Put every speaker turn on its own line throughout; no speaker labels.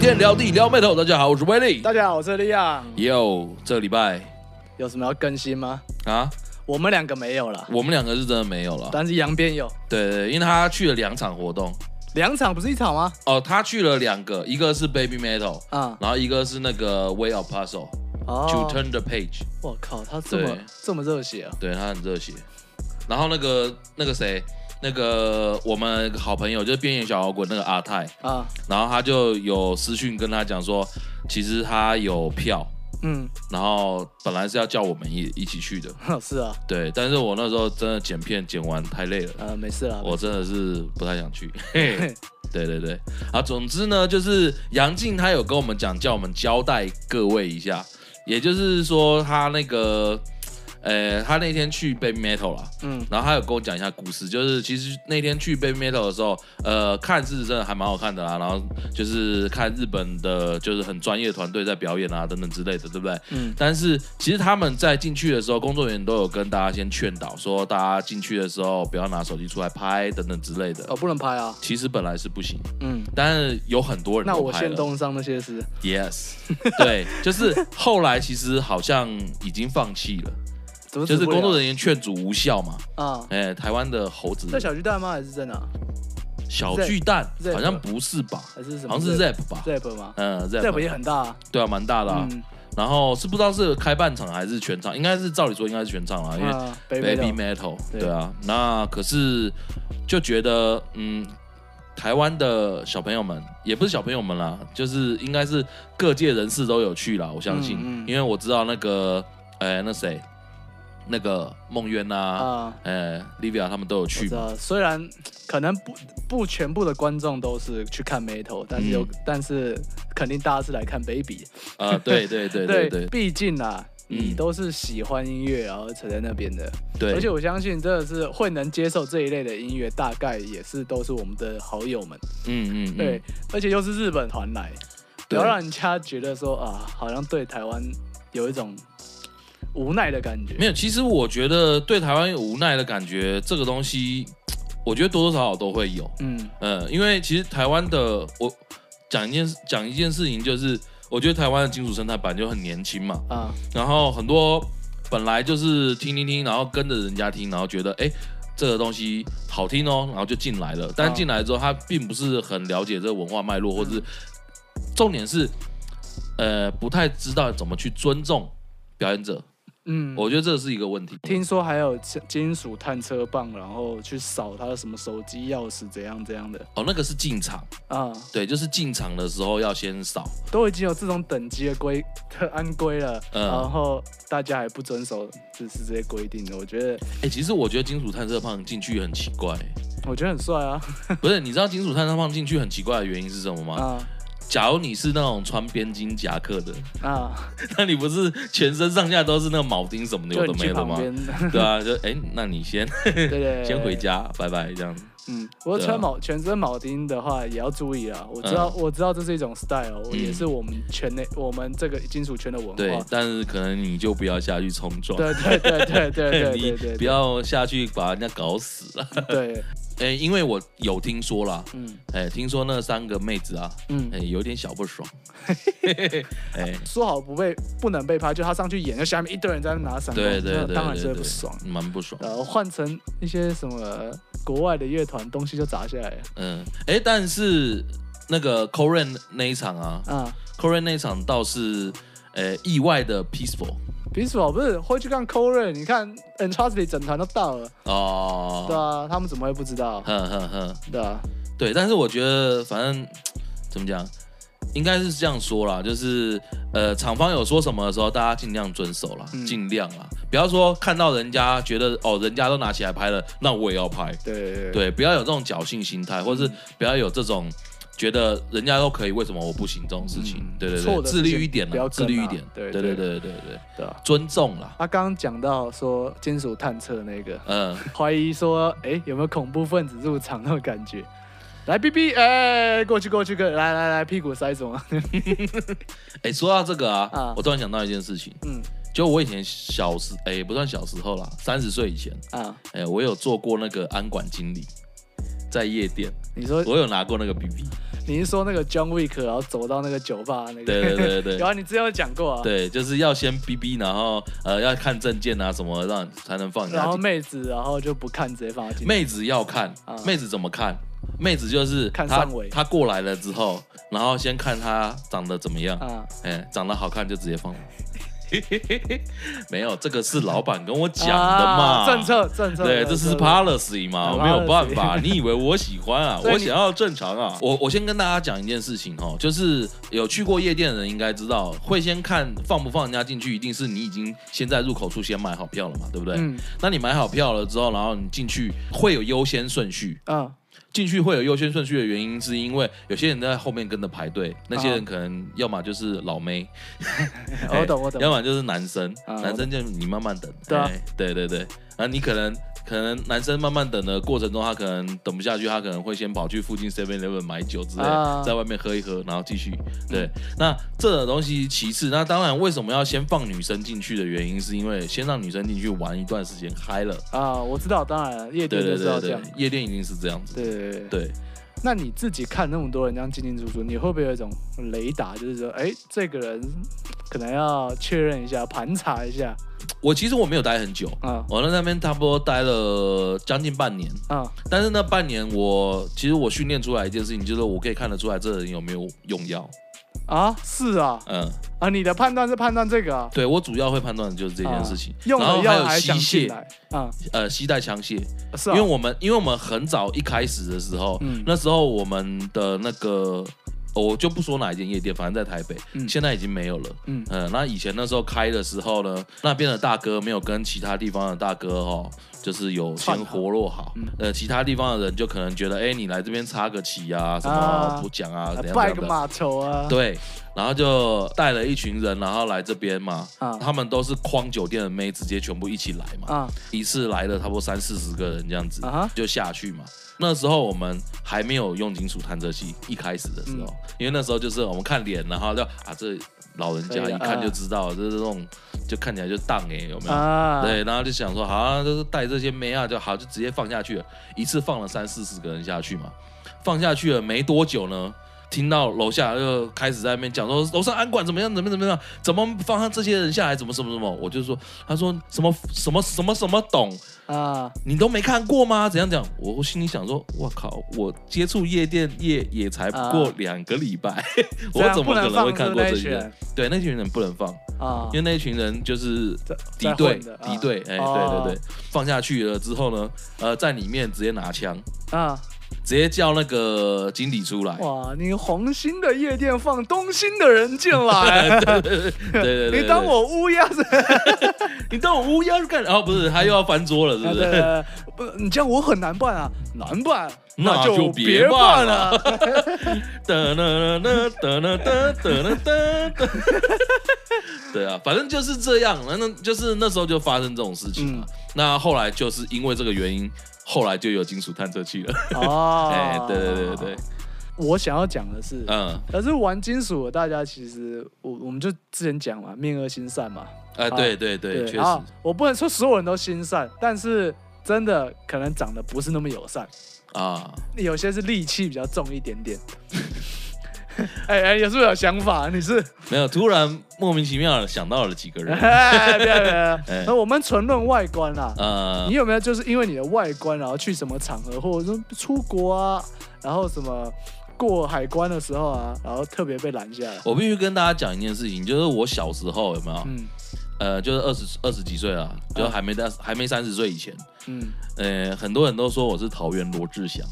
天聊地聊 metal，大家好，我是威力。
大家好，我是利亚。
哟，这礼拜
有什么要更新吗？
啊，
我们两个没有了，
我们两个是真的没有了。
但是杨边有
对对，因为他去了两场活动，
两场，不是一场吗？
哦，他去了两个，一个是 Baby Metal，
啊、
然后一个是那个 Way of Puzzle、To
哦，
Turn the Page，
我靠，他这么
对
这么热血啊！
对他很热血。然后那个那个谁，那个我们好朋友就是边缘小摇滚那个阿泰，
啊，
然后他就有私讯跟他讲说，其实他有票，
嗯，
然后本来是要叫我们一一起去的，
是啊，
对，但是我那时候真的剪片剪完太累了，
呃，没事啦，
我真的是不太想去。 对对对，啊，总之呢，就是杨静她有跟我们讲，叫我们交代各位一下，也就是说她那个，呃，她那天去 Baby Metal 啦，
嗯
然后她有跟我讲一下故事，就是其实那天去 Baby Metal 的时候，呃，看是真的还蛮好看的啦，然后就是看日本的，就是很专业的团队在表演啊，等等之类的，对不对？
嗯，
但是其实他们在进去的时候，工作人员都有跟大家先劝导，说大家进去的时候不要拿手机出来拍等等之类的。
哦，不能拍啊，
其实本来是不行，
嗯，
但是有很多人
那
都
我
拍
先
了。
东上那些是
Yes，对， 就是后来其实好像已经放弃了，
怎么
就是工作
员
人员劝阻无效嘛。
啊？
哎、台湾的猴子
在小巨蛋吗？还是在哪？
小巨蛋
Zep
好像不是吧？
还是什么？
好像是 Zap 吧？
rap 吗
嗯
？rap
，Zap
也很大啊，
对啊，蛮大的、啊。
嗯，
然后是不知道是开半场还是全场，应该是照理说应该是全场啦，因为
啊，baby
Baby
metal
Metal，
对
对啊，那可是就觉得，嗯，台湾的小朋友们也不是小朋友们啦，就是应该是各界人士都有去啦，我相信，
嗯嗯
因为我知道那个，哎、那谁，那个梦渊呐，
啊，
哎、l i v i a 他们都有
我
去
知
嘛，
道，虽然可能不不全部的观众都是去看 Metal，但是
嗯
有、但是肯定大家是来看 Baby。
啊，对对对 对对
毕竟啊，
嗯
你都是喜欢音乐然后扯在那边的，
对，
而且我相信真的是会能接受这一类的音乐，大概也是都是我们的好友们。
嗯嗯
对，
嗯，
而且又是日本团来，不
对
要让人家觉得说啊，好像对台湾有一种无奈的感觉。
没有，其实我觉得对台湾有无奈的感觉，这个东西，我觉得多多少少都会有。
嗯
嗯，因为其实台湾的我讲一件事讲一件事情，就是我觉得台湾的金属生态本来就很年轻嘛，
啊，
然后很多本来就是听听听，然后跟着人家听，然后觉得哎。诶这个东西好听哦，然后就进来了。但进来之后，他并不是很了解这个文化脉络，或是重点是，呃，不太知道怎么去尊重表演者。
嗯，
我觉得这是一个问题。
听说还有金属探车棒，然后去扫他的什么手机、钥匙怎样怎样的
哦，那个是进场，
啊，
对，就是进场的时候要先扫。
都已经有这种等级的规的安规了，
嗯
然后大家还不遵守，就是这些规定的，我觉得
哎、其实我觉得金属探测棒进去很奇怪、欸
我觉得很帅啊
不是？你知道金属探测棒进去很奇怪的原因是什么吗？
啊
假如你是那种穿边巾夹克的，
啊！
那你不是全身上下都是那个铆钉什么的，
就
有的
你
没
去
的
旁
吗？
边，
对啊，就哎、那你先
对对对，
先回。家，拜拜，这样子。
嗯，不过
对啊嗯
穿铆全身铆钉的话也要注意啊。我知道，我知道这是一种 style，我也是我们圈内我们这个金属圈的文化。
对，但是可能你就不要下去冲撞，
对对对对对对对 对
你
对，
不要下去把人家搞死了。
对，
哎、因为我有听说啦，
嗯
哎、听说那三个妹子啊，
嗯
哎、。有点小不 爽。哎、
说好不被不能被拍，就他上去演，就下面一堆人在那拿闪光，
对对对
那
对
当然
对
是会不
对
爽。
蛮不爽。
然后换成一些什么国外的乐团，东西就砸下来了
嗯，哎，但是那个 c o r e n 那一场啊
啊。
c o r e n 那一场倒是，呃，意外的 peaceful
彼此好不是会去看 c o r e n 你看 e n t r a s t y 整团都到了，
哦，
对啊，他们怎么会不知道？
哼哼哼，
对啊，
对，但是我觉得反正怎么讲，应该是这样说啦，就是呃，厂方有说什么的时候，大家尽量遵守啦，
嗯
尽量啦，不要说看到人家觉得哦，人家都拿起来拍了，那我也要拍，
对对
对，不要有这种侥幸心态，或是不要有这种觉得人家都可以，为什么我不行这种事情。
嗯
对对
错
对，
的
自律一点
事情不要
自
跟啊
律一点。
对
对对
对
对对对，
对啊。
尊重啦。
他刚刚讲到说金属探测那个，
嗯，
怀疑说，哎，有没有恐怖分子入场那种感觉？来，B B，哎，过去过去，过来来来，屁股塞什么？
哎，说到这个啊
啊，
我突然想到一件事情，
嗯
就我以前小时，哎，不算小时候啦，三十岁以前，
啊，
哎，我有做过那个安管经理，在夜店，
你说
我有拿过那个 BB，
你是说那个 John Wick，然后走到那个酒吧那个？
对对对对
有
对
啊，你之前有讲过啊。
对，就是要先逼逼，然后呃要看证件啊什么，让才能放你
然
家
后
进。
妹子，然后就不看直接放他进去。
妹子要看
啊，
妹子怎么看？妹子就是
看
她
上围
她过来了之后，然后先看她长得怎么样，
啊，
哎，长得好看就直接 放。没有，这个是老板跟我讲
啊
的嘛，
政策政策。
对，这是 policy 嘛，
对
我没有办
policy
法。你以为我喜欢啊？
所以
我
你
想要正常啊。我我先跟大家讲一件事情哦，就是有去过夜店的人应该知道，会先看放不放人家进去，一定是你已经先在入口处先买好票了嘛，对不对？
嗯
那你买好票了之后，然后你进去会有优先顺序，
嗯
进去会有优先顺序的原因，是因为有些人在后面跟着排队，那些人可能要么就是老 妹，
嗯，我懂我懂
要。么就是男生，
啊
男生就你慢慢等，
对啊
哎对对对，啊，你可能可能男生慢慢等的过程中，他可能等不下去，他可能会先跑去附近 Seven Eleven 买酒之类，
啊嗯
在外面喝一喝，然后继续。对，那这种东西其次，那当然为什么要先放女生进去的原因，是因为先让女生进去玩一段时间嗨了，
啊，我知道，当然了夜
对
店
对
就是
对
要这
对
样。，
夜店一定是这样子，
对对对对。
对。
那你自己看那么多人这样进进出出，你会不会有一种雷达，就是说，哎，这个人可能要确认一下、盘查一下
我其实我没有待很久，
啊
我在那边差不多待了将近半年。
啊
但是那半年我，其实我训练出来一件事情，就是我可以看得出来这人有没有用药。
啊！是啊
嗯，
啊！你的判断是判断这个啊，
对我主要会判断的就是这件事情。
哦用
然后
了
还
药
有
还
吸
想进
械，
来啊？
呃，吸带枪械，
是啊，
因为我们因为我们很早一开始的时候，
嗯
那时候我们的那个。哦我就不说哪一间夜店，反正在台北，
嗯
现在已经没有了。
嗯
呃，那以前那时候开的时候呢，那边的大哥没有跟其他地方的大哥哦，就是有先
串好
活络好。
嗯
呃，其他地方的人就可能觉得，哎、你来这边插个旗啊，什么
啊
不讲啊，怎样怎
拜
样
个
的。
码头啊，
对，然后就带了一群人，然后来这边嘛。
啊
他们都是框酒店的妹，直接全部一起来嘛。
啊
一次来了差不多三四十个人这样子，
啊哈
就下去嘛。那时候我们还没有用金属探测器，一开始的时候，
嗯
因为那时候就是我们看脸，然后就啊这老人家
可以啊
一看就知道，就是这种就看起来就荡哎、有没有？
啊！
对，然后就想说，好、啊，就是带这些妹啊，就好，就直接放下去了，一次放了三四十个人下去嘛，放下去了没多久呢，听到楼下就开始在那边讲说，楼上安管怎么样，怎么怎么样，怎么放他这些人下来，怎么什么什么，我就说，他说什么什么什么什么懂，
啊，
你都没看过吗？怎样讲？我心里想说，我靠，我接触夜店业也才不过
啊
两个礼拜，
这
我
样
怎
不
么可
能
能会
放
看
出
过
那
这
一
些
群
人？对，那群人不能放。
啊
因为那一群人就是
在
敌
在
对
混的啊
敌对，哎、
哦
对对对，放下去了之后呢，呃，在里面直接拿枪，
啊！
直接叫那个经理出来，
哇，你红星的夜店放东星的人进 来，
对 对对对
你当我乌鸦是？
你当我乌鸦干？哦，不是，他又要翻桌了，是不 是？
呃，不，你这样我很难办啊，难办，
那就
就
别
别
办
了。
噔噔噔噔噔噔噔噔噔， 对啊，反正就是这样，那那就是那时候就发生这种事情
嗯
了。那后来就是因为这个原因，后来就有金属探测器了。
哦，
哎、对对对对，，
我想要讲的是，
嗯，
可是玩金属的大家其实，我我们就之前讲嘛，面恶心善嘛，
哎、对对对，确
然后
实。
我不能说所有人都心善，但是真的可能长得不是那么友善，
啊，
有些是戾气比较重一点 点。哎哎，有是不是有想法？你是？
没有，突然莫名其妙的想到了几个人，
哎，别别
哎
别，那我们纯论外观啦。
呃
你，有没有就是因为你的外观，然后去什么场合，或者说出国啊，然后什么过海关的时候啊，然后特别被拦下来？
我必须跟大家讲一件事情，就是我小时候有没有，
嗯
呃，就是二十二十几岁啊，就还没到、还没三十岁以前，
嗯，
呃，很多人都说我是桃园罗志祥，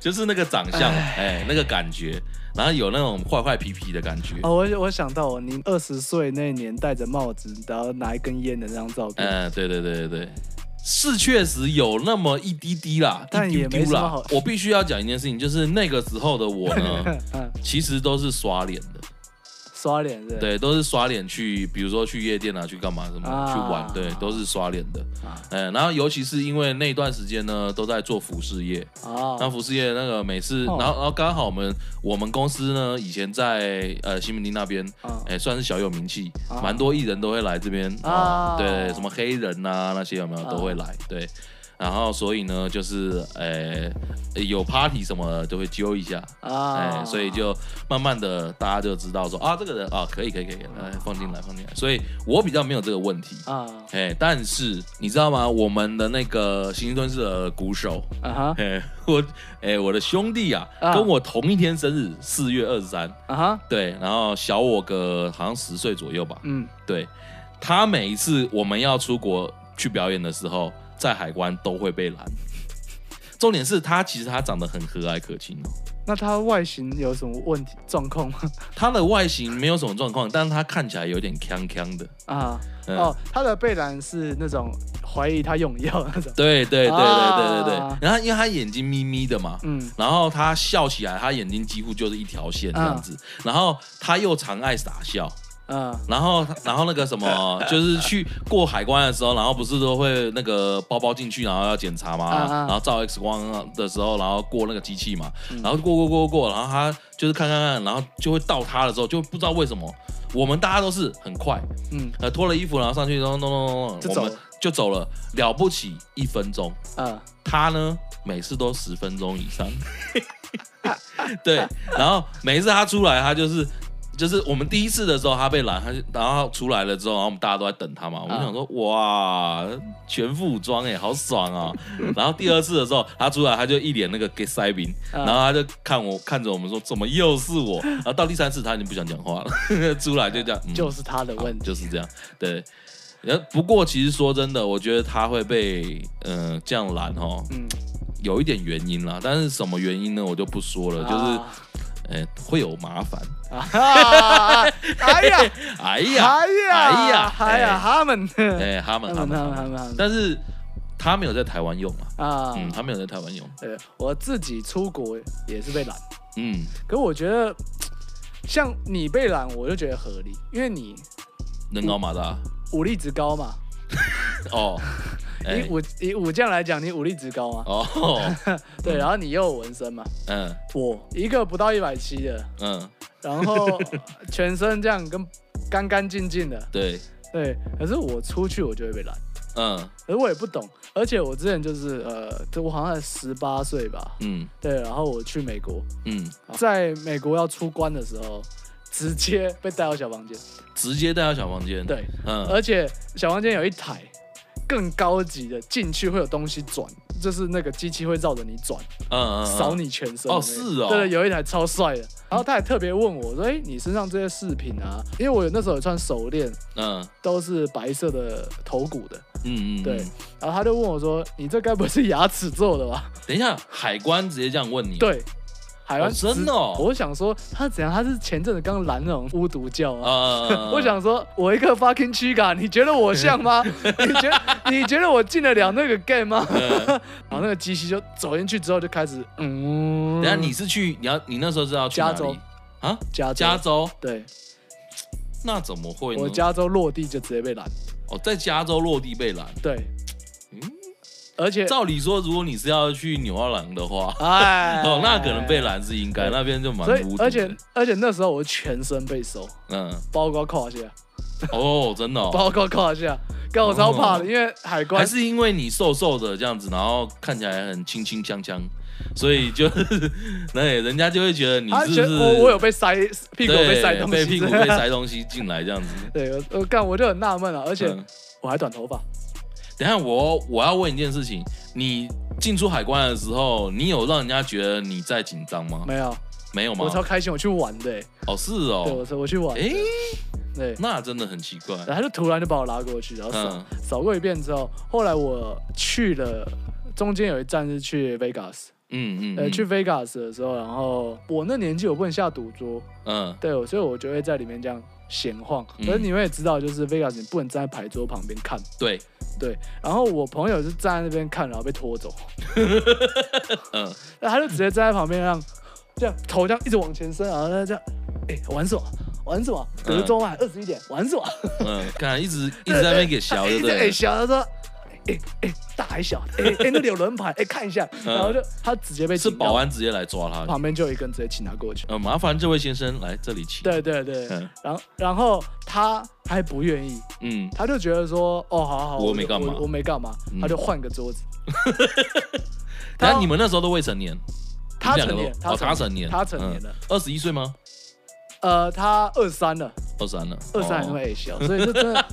就是那个长相，哎、那个感觉，然后有那种坏坏皮皮的感觉，
哦，我我想到我您二十岁那年戴着帽子，然后拿一根烟的那张照片，
嗯、对对对对对，是确实有那么一滴滴啦，
但
一丢
也没
丢
什么
啦
好。
我必须要讲一件事情，就是那个时候的我呢，
嗯，
其实都是刷脸的，
刷脸是不是
哎对，都是刷脸去，比如说去夜店啊，去干嘛什么、
啊
去玩，对，都是刷脸的。
啊
嗯，然后尤其是因为那段时间呢，都在做服饰业，那
哦，
服饰业那个每次，
哦
然后然后刚好我们我们公司呢，以前在呃西门町那边，
啊
哎、算是小有名气，
啊
蛮多艺人都会来这边啊、
啊
对，什么黑人啊那些有没有
啊
都会来，对。然后所以呢，就是呃有 party 什么的都会揪一下，哎、
啊，
所以就慢慢的大家就知道说啊，这个人啊可以可以可以，来放进来放进来，所以我比较没有这个问题。
啊
哎，但是你知道吗？我们的那个行星蹲式的鼓手，
啊哈
哎，我哎我的兄弟啊，
啊
跟我同一天生日，四月二十三，
啊哈，
对，然后小我个好像十岁左右吧，
嗯，
对，他每一次我们要出国去表演的时候，在海关都会被拦。重点是他其实他长得很和蔼可亲哦，
那他外形有什么问题状况吗？
他的外形没有什么状况，但是他看起来有点康康的。
啊，
嗯、
哦，他的被拦是那种怀疑他用药那种，
对对对对对对对
啊。
然后因为他眼睛眯眯的嘛，
嗯
然后他笑起来，他眼睛几乎就是一条线这样子。然后他又常爱傻笑，
啊
然后，然后那个什 么，就是去过海关的时候，然后不是都会那个包包进去，然后要检查嘛，
啊啊
然后照 X 光的时候，然后过那个机器嘛，
嗯
然后过过过过，然后他就是看看看，然后就会到他的时候，就不知道为什么，我们大家都是很快，
嗯
呃，脱了衣服然后上去，咚咚咚咚
就
咚，我
走
们就走了，了不起一分钟，
啊
他呢每次都十分钟以上， 对，然后每一次他出来，他就是就是我们第一次的时候他被拦，他就然后出来了之后，然后我们大家都在等他
嗯
嘛，我们想说、哇全副武装哎、好爽 啊！然后第二次的时候他出来，他就一脸那个给塞宾，
啊
然后他就看我看着我们说怎么又是我，然后到第三次他已经不想讲话了， 出来就这样，嗯、
就是他的问题，
就是这样，对。然后不过其实说真的，我觉得他会被嗯、呃这样拦哦，
嗯，
有一点原因啦，但是什么原因呢，我就不说
啊
了，就是呃会有麻烦。
是啊，哎呀，
哎
哎
呀，哎
呀，
呀
哎呀，
哎
他们，
哎他们
他
他们他
们他们他
们，
们他们
但是他没有在台湾用啊，
啊，
嗯，他没有在台湾用，
对，我自己出国也是被拦，
嗯
可我觉得像你被拦，我就觉得合理，因为你
人高马大
武力值高嘛，
哦，哎
以武以武将来讲，你武力值高嘛，
哦，
对，然后你又有纹身嘛，
嗯
我一个不到一百七的，
嗯，
然后全身这样跟干干净净的，
对，
对，可是我出去我就会被拦。
嗯
可是我也不懂，而且我之前就是呃，这我好像十八岁吧，
嗯
对，然后我去美国，
嗯，
在美国要出关的时候，直接被带到小房间，
直接带到小房间，，
对，
嗯
而且小房间有一台更高级的，进去会有东西转，就是那个机器会绕着你转，
嗯嗯，
扫
嗯
你全身的那个。
哦是哦
对，有一台超帅的。然后他还特别问我说：“哎、你身上这些饰品啊？因为我有那时候有串手链，
嗯
都是白色的头骨的。
嗯嗯，
对，然后他就问我说：‘你这该不会是牙齿做的吧
等一下，海关直接这样问你，？’
对，海
嗯哦，
湾、
真的哦，
我想说他怎样？他是前阵子刚拦那种巫毒教啊。
啊
我想说，我一个 fucking chica，你觉得我 像吗？你觉得你觉得我进得了那个 game 吗？
嗯
然后那个机器就走进去之后就开始，嗯，
等一下你是去你要你那时候是要去哪
加
里
州
啊？
加州
加州？
对，
那怎么会呢？
我加州落地就直接被拦，
哦，在加州落地被拦。
对，
嗯
而且
照理说，如果你是要去纽奥良的话，
哎，
哦，那可能被，拦是应该，
对
那边就蛮
所
无
以
毒的
而且而且那时候我全身被搜，
嗯，
包括胯下，
哦，真 的、哦，
包括胯下，跟我超怕的，因为海
还
关
是因为你瘦瘦的这样子，然后看起来很清清香香，所以 就是那人家就会觉得你
他
是
觉
不
得
是
我我有被塞屁股有
对
被塞东西，
被屁股 被塞东西进来这样子。嗯
对，我我干我就很纳闷啊，而
而
且我还短头发，
哦等一下我我要问一件事情，你进出海关的时候，你有让人家觉得你在紧张吗？
没有，
没有吗
我？超开心，我去玩的欸，
哦，是
对
哦
我，说我去玩的，
诶，
对，
那真的很奇怪。
然后他就突然就把我拉过去，然后扫
嗯
扫过一遍之后，后来我去了，中间有一站是去 Vegas，
嗯嗯，
呃，
嗯
去 Vegas 的时候，然后我那年纪我不能下赌桌，
嗯
对，我所以我就会在里面这样闲晃。
嗯
可是你们也知道，就是 Vegas 你不能站在牌桌旁边看，
对，
对。然后我朋友就站在那边看，然后被拖走，
嗯
那他就直接站在旁边让这样头这样一直往前伸，然后他这样，哎、玩什么？玩什么？德州嘛，二十一点，玩什么？
嗯，看来一直一直在那边给削，对不
哎、
对？
小他说，哎哎哎大还小，哎哎那里有轮盘，哎看一下，
嗯
然后就他直接被
是
请到
保安直接来抓他。
旁边就有一根直接请他过去。
呃，麻烦这位先生来这里请。
对对对，
嗯
然后然后他还不愿意，
嗯，
他就觉得说，哦，好好好，
我
就
没干嘛
我我没干嘛，
嗯
他就换个桌子。
但你们那时候都未成年，
他
你们
成
两
年
个都，哦，他成年，嗯
他成年了，
二十一岁吗？
呃，他二三了，
二十三了，
二三
哦
很会小，所以这 真的，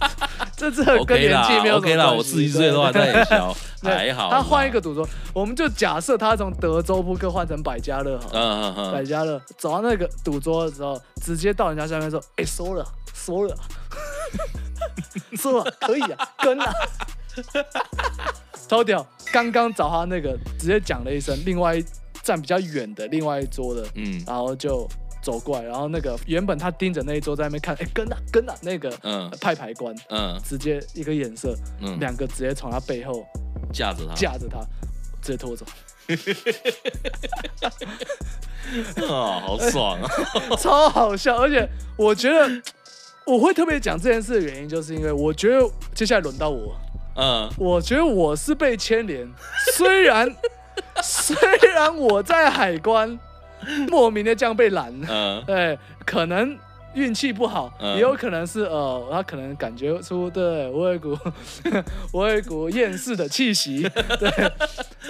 这这这跟
OK
年
啦
纪没有什么
哦，OK 啦，
关
我
系
四十一岁的话，
对
那也小，
对
哎还好。
他换一个，赌桌，我们就假设他从德州扑克换成百家乐好了，
嗯嗯
百
嗯，
家乐走到那个赌桌的时候，直接到人家下面说：“哎、收了，收了，收了，可以啊，跟啊。” 超屌！刚刚找他那个，直接讲了一声，另外一站比较远的另外一桌的，
嗯
然后就走过来，然后那个原本他盯着那一桌在那边看，哎、跟啊跟啊，那个
嗯
派牌官
嗯
直接一个眼色，
嗯，
两个直接从他背后
架着他，
架着他，直接拖走，
啊，好爽 啊！
超好笑。而且我觉得我会特别讲这件事的原因，就是因为我觉得接下来轮到我，
嗯
我觉得我是被牵连， 虽然虽然我在海关莫名的这样被 拦了，
嗯
对，可能。运气不好，
嗯
也有可能是呃，他可能感觉出对我有一股 我有一股厌世的气息， 对，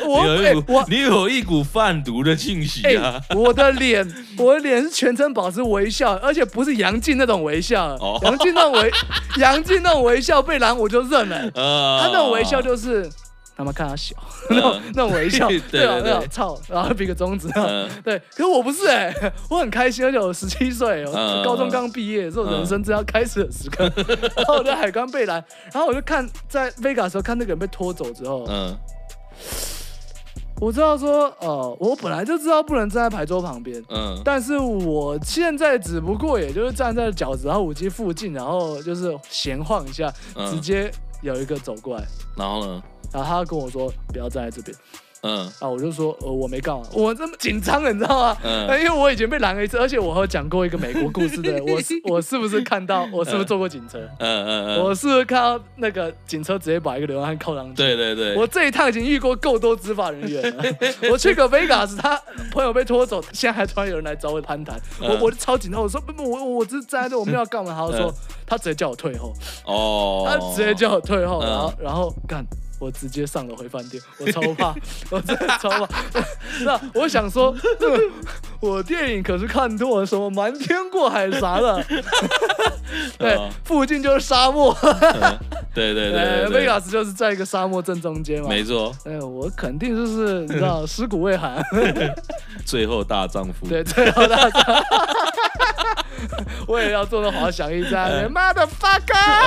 我
你有
哎
一股
我
你有一股贩毒的气息
哎、
啊！
我的 脸，我的脸是全程保持微笑，而且不是杨静那种微笑
哦，
杨静那种 微，杨静那种微笑被拦我就认了，
呃，
哎他那种微笑就是他妈看他小，那种那种微
嗯
笑，
对
对吧？
对
那
对
种操，然后比个中指，
嗯
对，可是我不是哎、我很开心，而且我十七岁，
嗯
我高中刚毕业，是我人生正要开始的时 刻。然后我在海关被拦，然后我就看在 Vega 的时候看那个人被拖走之后，
嗯
我知道说，呃，我本来就知道不能站在牌桌旁边，
嗯
但是我现在只不过也就是站在饺子和舞姬附近，然后就是闲晃一下，
嗯
直接有一个走过来，
然后呢？
然后他跟我说不要站在这边，
嗯
啊，我就说呃我没干嘛，我这么紧张了，你知道吗？哎
嗯
因为我以前被拦了一次，而且我有讲过一个美国故事的，我是我是不是看到我是不是坐过警车？
嗯嗯
我
嗯，
是不是看到那个警车直接把一个流浪汉铐上去？
对对对，
我这一趟已经遇过够多执法人员了。 我去个 Vegas，他朋友被拖走，现在还突然有人来找我攀谈，
嗯
我我就超紧张，我说不不，我我只是站在这，我没有要干嘛。他就说他直接叫我退后，
哦，
他直接叫我退后，
嗯
然后然后干。我直接上楼回饭店，我超怕， 我真的超怕。 那我想说， 呃我电影可是看多了什么瞒天过海啥 的，对
嗯，
附近就是沙漠，
嗯对对对
呃
对对，
，Vegas 就是在一个沙漠正中间嘛，
没错，
哎，我肯定就是你知道尸骨未寒，
最后大丈夫，
对，最后大战， 我也要做到滑翔翼在那边，
哎
妈的 fuck！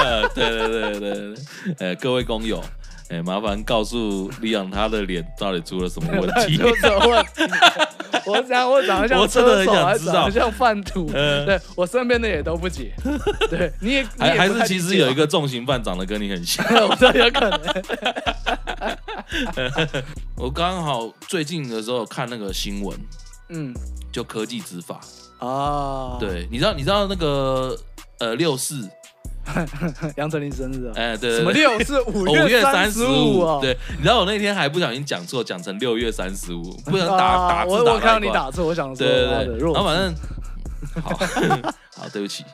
呃，对对对对对， 呃，各位工友，哎，麻烦告诉李昂他的脸到底出了什么问 题。
就是问题，啊我想我长得像
我真的很
车手，
想
还
知
长得
道
像贩毒，
嗯
对我身边的也都 不解，对你也你
还
也
还
不
是
太
其
理
实
解啊
有一
我，
个重刑犯长得跟你很像。
我觉得有可能，
我刚好最近的时候看那个新闻，
嗯
就科技执法。
啊，，
对，你知道你知道那个呃六四，
杨丞琳生日啊，
哎对
什么
对对。
六是五
五月
三
十
五啊，
对，你知道我那天还不小心讲错，讲成六月三十五，不能打
啊，
打字
我
打
我看到
太
你
快
打错，我想说，
对
妈
对
的
对，
弱
然后反正好 好，对不起，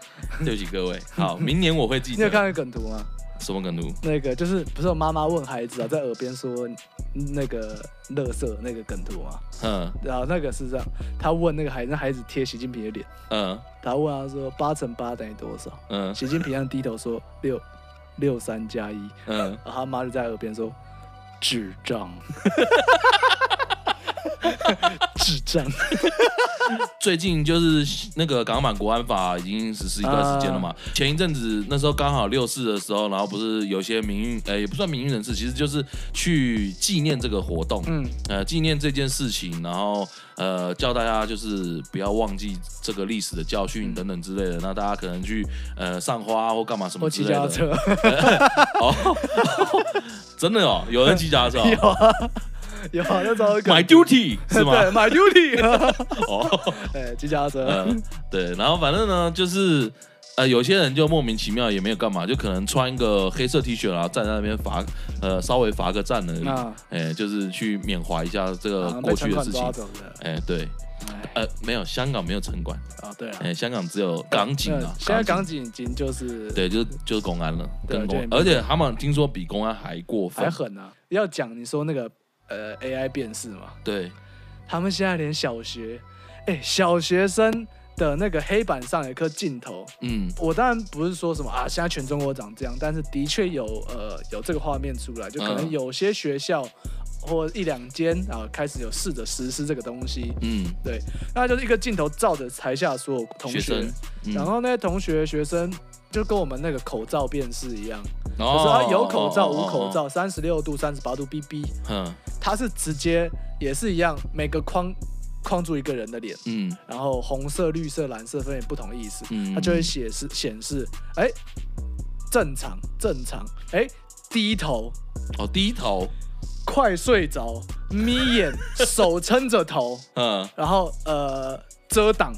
对不起各位，好，明年我会记
你有
得
看那个梗图吗？
什么梗图，
那个就是不是有妈妈问孩子啊，在耳边说那个乐色那个梗图嘛，
嗯
然后那个是这样，他问那个孩子，那孩子贴习近平的脸，
嗯
他问他说八乘八等于多少？
嗯
习近平让低头说六六三加一，
嗯，
然后他妈就在耳边说智障，智障，
最近就是那个港版国安法已经实施一段时间了
啊
嘛，前一阵子那时候刚好六四的时候，然后不是有些民运，呃，也不算民运人士，其实就是去纪念这个活动，
嗯
呃，纪念这件事情，然后呃，叫大家就是不要忘记这个历史的教训
嗯
等等之类的。那大家可能去呃上花或干嘛什么
我
之
骑
类的
脚踏。车，
哦，真的哦，有人骑脚踏车哦、
有啊有啊那招梗
My duty 是吗？
对，My Duty，
哦，
对，骑脚踏车，
呃， 对，然后反正呢，就是呃，有些人就莫名其妙也没有干嘛，就可能穿一个黑色 T 恤啦，站在那边罚，呃，稍微罚个站而已，哎、
啊，
就是去缅怀一下这个
啊
过去的事情
被城管抓。走的，
哎、对，
哎
呃，没有，香港没有城管，
啊，对啊
哎、，香港只有港警啊
嗯，现在
警
港警已经就是
对，就是就是公安了，
对
跟
我觉
公
得
安
也，没
而且他们听说比公安还过分，
还狠啊！要讲你说那个呃 AI 辨识嘛，
对，
他们现在连小学，哎、小学生的那个黑板上有一颗镜头。
嗯，
我当然不是说什么啊，现在全中国长这样，但是的确有呃有这个画面出来，就可能
嗯
有些学校或一两间啊开始有试着实施这个东西，
嗯，
对，那就是一个镜头照着台下所有同
学
学，
生，嗯
然后那些同学学生就跟我们那个口罩辨识一样，
哦
可是他有口罩、无口，
哦
罩，三十六度、三十八度 BB，
哦哦
它是直接也是一样，每个框框住一个人的脸，
嗯嗯
然后红色、绿色、蓝色分别不同意思，
嗯，
它就会显示显示，哎，正常正常，哎，低头，
哦低头，
快睡着，眯眼，手撑着头，
嗯，
然后呃遮挡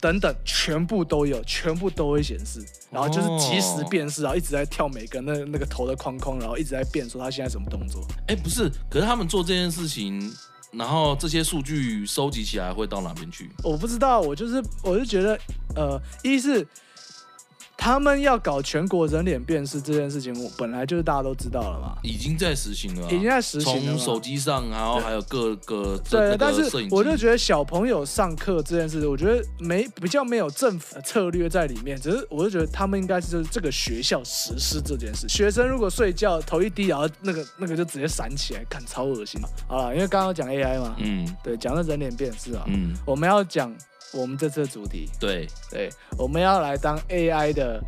等等，全部都有，全部都会显示。然后就是即时辨识，然后一直在跳每个那那个头的框框，然后一直在变说他现在什么动作。
哎、不是，可是他们做这件事情，然后这些数据收集起来会到哪边去？
我不知道，我就是我就觉得，呃，一是他们要搞全国人脸辨识这件事情，我本来就是大家都知道了嘛，
已经在实行了啊、
已经在实行了
从
嘛。
手机上，然后还有各个这
对，
这
但
个
是
摄影机，
我就觉得小朋友上课这件事，我觉得没比较没有政府策略在里面，只是我就觉得他们应该是就是这个学校实施这件事。学生如果睡觉头一低，然后那个那个就直接闪起来，看超恶心。好了，因为刚刚讲 AI 嘛，
嗯
对，讲到人脸辨识啊，
嗯，
我们要讲我们这次的主题，
对，
对，我们要来当 AI 的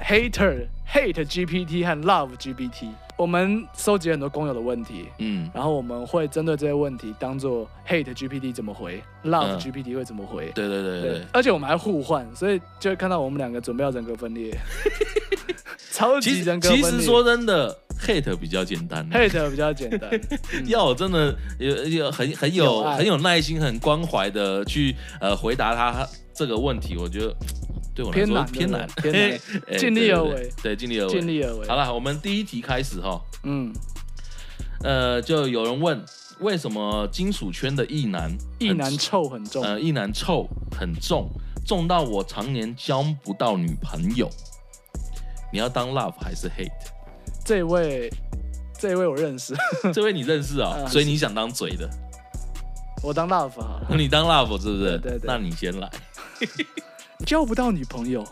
hater hate GPT 和 love GPT。我们收集很多工友的问题，
嗯
然后我们会针对这些问题当做 hate GPT 怎么回，love
嗯
GPT 会怎么回。
对对对对对。
而且我们还互换，所以就会看到我们两个准备要人格 分裂，超级
其
人
实
格分
其
裂。
实说真的，hate 比较简单、
hate 比较简单，嗯
要我真的有有很很有
有爱
很有耐心、很关怀的去呃回答他这个问题，我觉得对我来
偏
说
难
偏难，
对不对偏
哎
尽力
对对
而
对
为
对，尽力而为，
尽力而为。
好，了，我们第一题开始哈，
嗯，
呃，就有人问为什么金属圈的异男
意
很
难臭很重，
呃异男臭很重，重到我常年交不到女朋友。你要当 love 还是 hate？
这位这位我认识，
这位你认识啊、
嗯
所以你想当嘴的，
我当 love 好了，
你当 love 是不是？
对对对
那你先来。
交不到女朋友，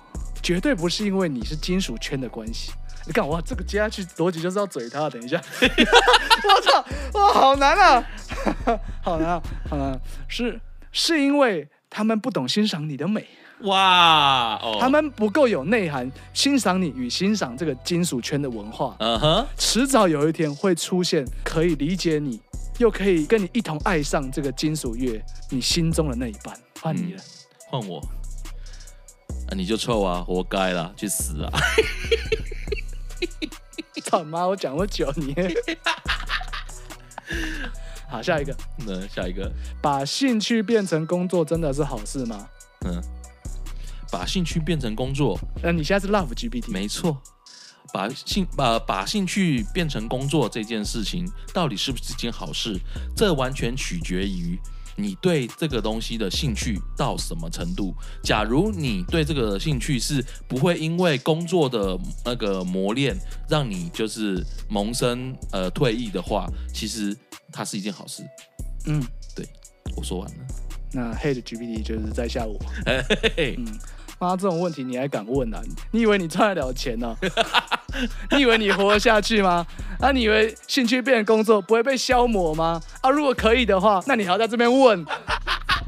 绝对不是因为你是金属圈的关系。你看，哇，这个接下去逻辑就是要嘴他。等一下， 我操，哇，好难啊， 好难啊，好难、啊，是是因为他们不懂欣赏你的美，
哇哦，
他们不够有内涵，欣赏你与欣赏这个金属圈的文化，
嗯哼，
迟早有一天会出现可以理解你，又可以跟你一同爱上这个金属乐，你心中的那一半。换你了，
换我。啊，你就臭啊，活该啦，去死啊！
操妈，我讲我久你。 好，下一个，
那下一个，
把兴趣变成工作真的是好事吗？
嗯，把兴趣变成工作，
那你现在是 Love GPT，
没错，把兴把把兴趣变成工作这件事情，到底是不是一件好事？这完全取决于你对这个东西的兴趣到什么程度。假如你对这个兴趣是不会因为工作的那个磨练让你就是萌生呃退役的话，其实它是一件好事。
嗯，
我说完了，
那 Hate GPT 就是在下我。
嘿嘿嘿
嗯，妈，这种问题你还敢问啊？你以为你赚得了钱呢、 你以为你活得下去吗？啊，你以为兴趣变成工作不会被消磨吗？啊，如果可以的话，那你还要在这边问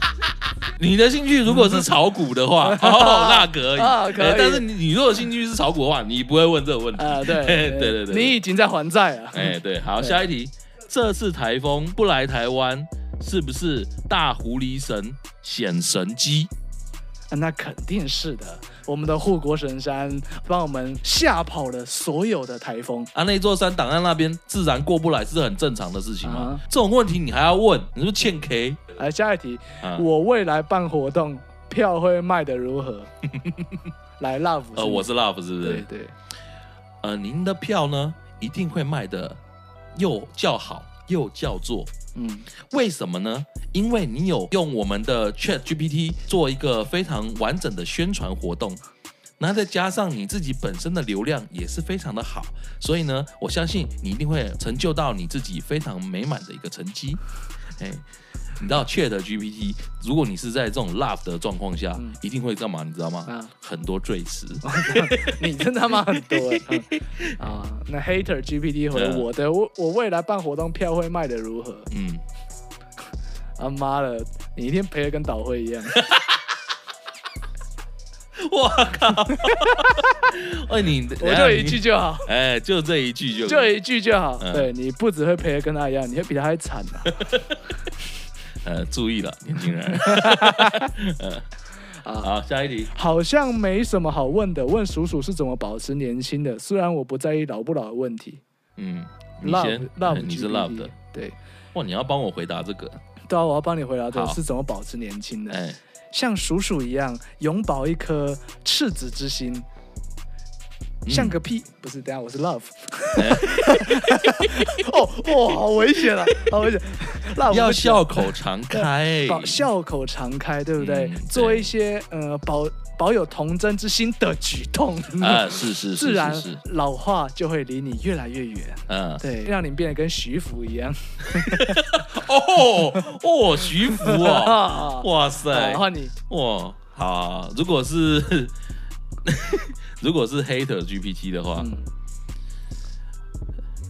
你的兴趣如果是炒股的 话，哦，那可以，
啊可以
哎但是你你如果兴趣是炒股的话，你不会问这个问题。
啊？对
对对对
你已经在还债了。
哎，对，好，
对
下一题，这次台风不来台湾，是不是大狐狸神显神机？
啊那肯定是的，我们的护国神山帮我们吓跑了所有的台风。
啊，那座山挡在那边，自然过不来是很正常的事情嘛。
啊
这种问题你还要问，你是不是欠 K
来，下一题，
啊？
我未来办活动票会卖的 如何？来，love，
呃，我是 Love 是不
对
是？
对，
呃，您的票呢一定会卖的又叫好又叫座，
嗯，
为什么呢？因为你有用我们的 Chat GPT 做一个非常完整的宣传活动，那再加上你自己本身的流量也是非常的好，所以呢，我相信你一定会成就到你自己非常美满的一个成绩。哎，你知道 Chat GPT，如果你是在这种 love 的状况下，
嗯
一定会干嘛？你知道吗？
啊哦
很多赘词。
你真他妈很多欸 嗯啊。那 hater GPT 回
嗯
我的，我我未来办活动票会卖的如何？
嗯，
啊妈的，你一天赔的跟倒灰一 样。
我 靠！哎，你
我就一句，就好，
等下你哎，就这一句就
就一句就好。
嗯
对你不只会赔的跟他一样，你会比他还惨啊。
呃，注意了，年轻 人。
啊
呃、好，下一题。
好像没什么好问的，问鼠鼠是怎么保持年轻的？虽然我不在意老不老的问题。
嗯，你
Love
先，
love，
嗯你是
GPT
love 的。
对。
哇，你要帮我回答这个，
对啊，我要帮你回答的
好
是怎么保持年轻的，
哎，
像鼠鼠一样永葆一颗赤子之心，
嗯
像个屁，不是？等一下我是 love，哦哦，好危 险啊，好危险，love
要
不行
笑口常开，
保笑口常开，对不对？
嗯
做
对
一些呃保保有童真之心的举动，
啊，是是
自
是
然
是是，
老化就会离你越来越远。
嗯，
对，让你变得跟徐福一样。
哦哦，徐福 哦，
啊，
哇塞，
换你，
哇，好，如果是 如果是 hater GPT 的话，
嗯，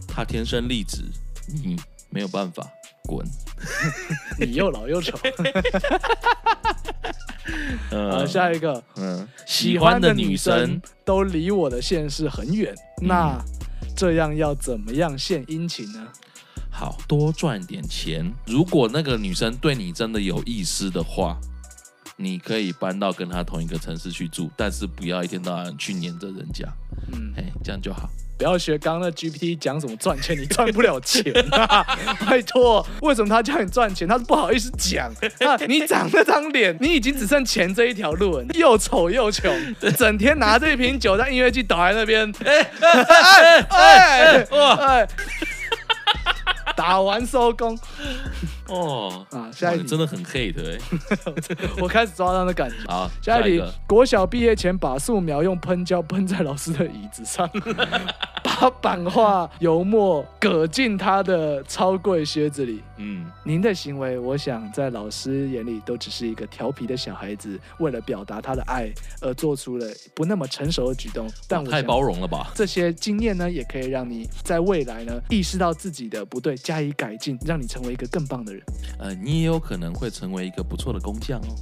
他天生丽质，你没有办法，滚。
你又老 又丑。好，
嗯
下一个，
嗯，
喜
喜
欢
欢
的
的
女
女
生
生，嗯
都离我的现实很远，那这样要怎么样献殷勤呢？
好多赚点钱。如果那个女生对你真的有意思的话，你可以搬到跟她同一个城市去住，但是不要一天到晚去黏着人家，
嗯，
哎，这样就好。
不要学刚刚那 GPT 讲什么赚钱，你赚不了钱啊！拜托，为什么他叫你赚钱？他不好意思讲啊！你长那张脸，你已经只剩钱这一条路了，你又丑又穷，整天拿着一瓶酒在音乐剧倒在那边，哎哎哎哎哎，打完收工
哦，
啊！下
哇
一
你真
题，
的很 hate 哎、
我开始抓到那感觉。
好，
下一
一
题
个，，
国小毕业前把素描用喷胶喷在老师的椅子上， 把版画油墨搁进他的超贵靴子里。
嗯，
您的行为，我想在老师眼里都只是一个调皮的小孩子，为了表达他的爱而做出了不那么成熟的举动。但我
哦太
想
包容了吧？
这些经验呢，也可以让你在未来呢意识到自己的不对，加以改进，让你成为一个更棒的人。
呃，你也有可能会成为一个不错的工匠哦。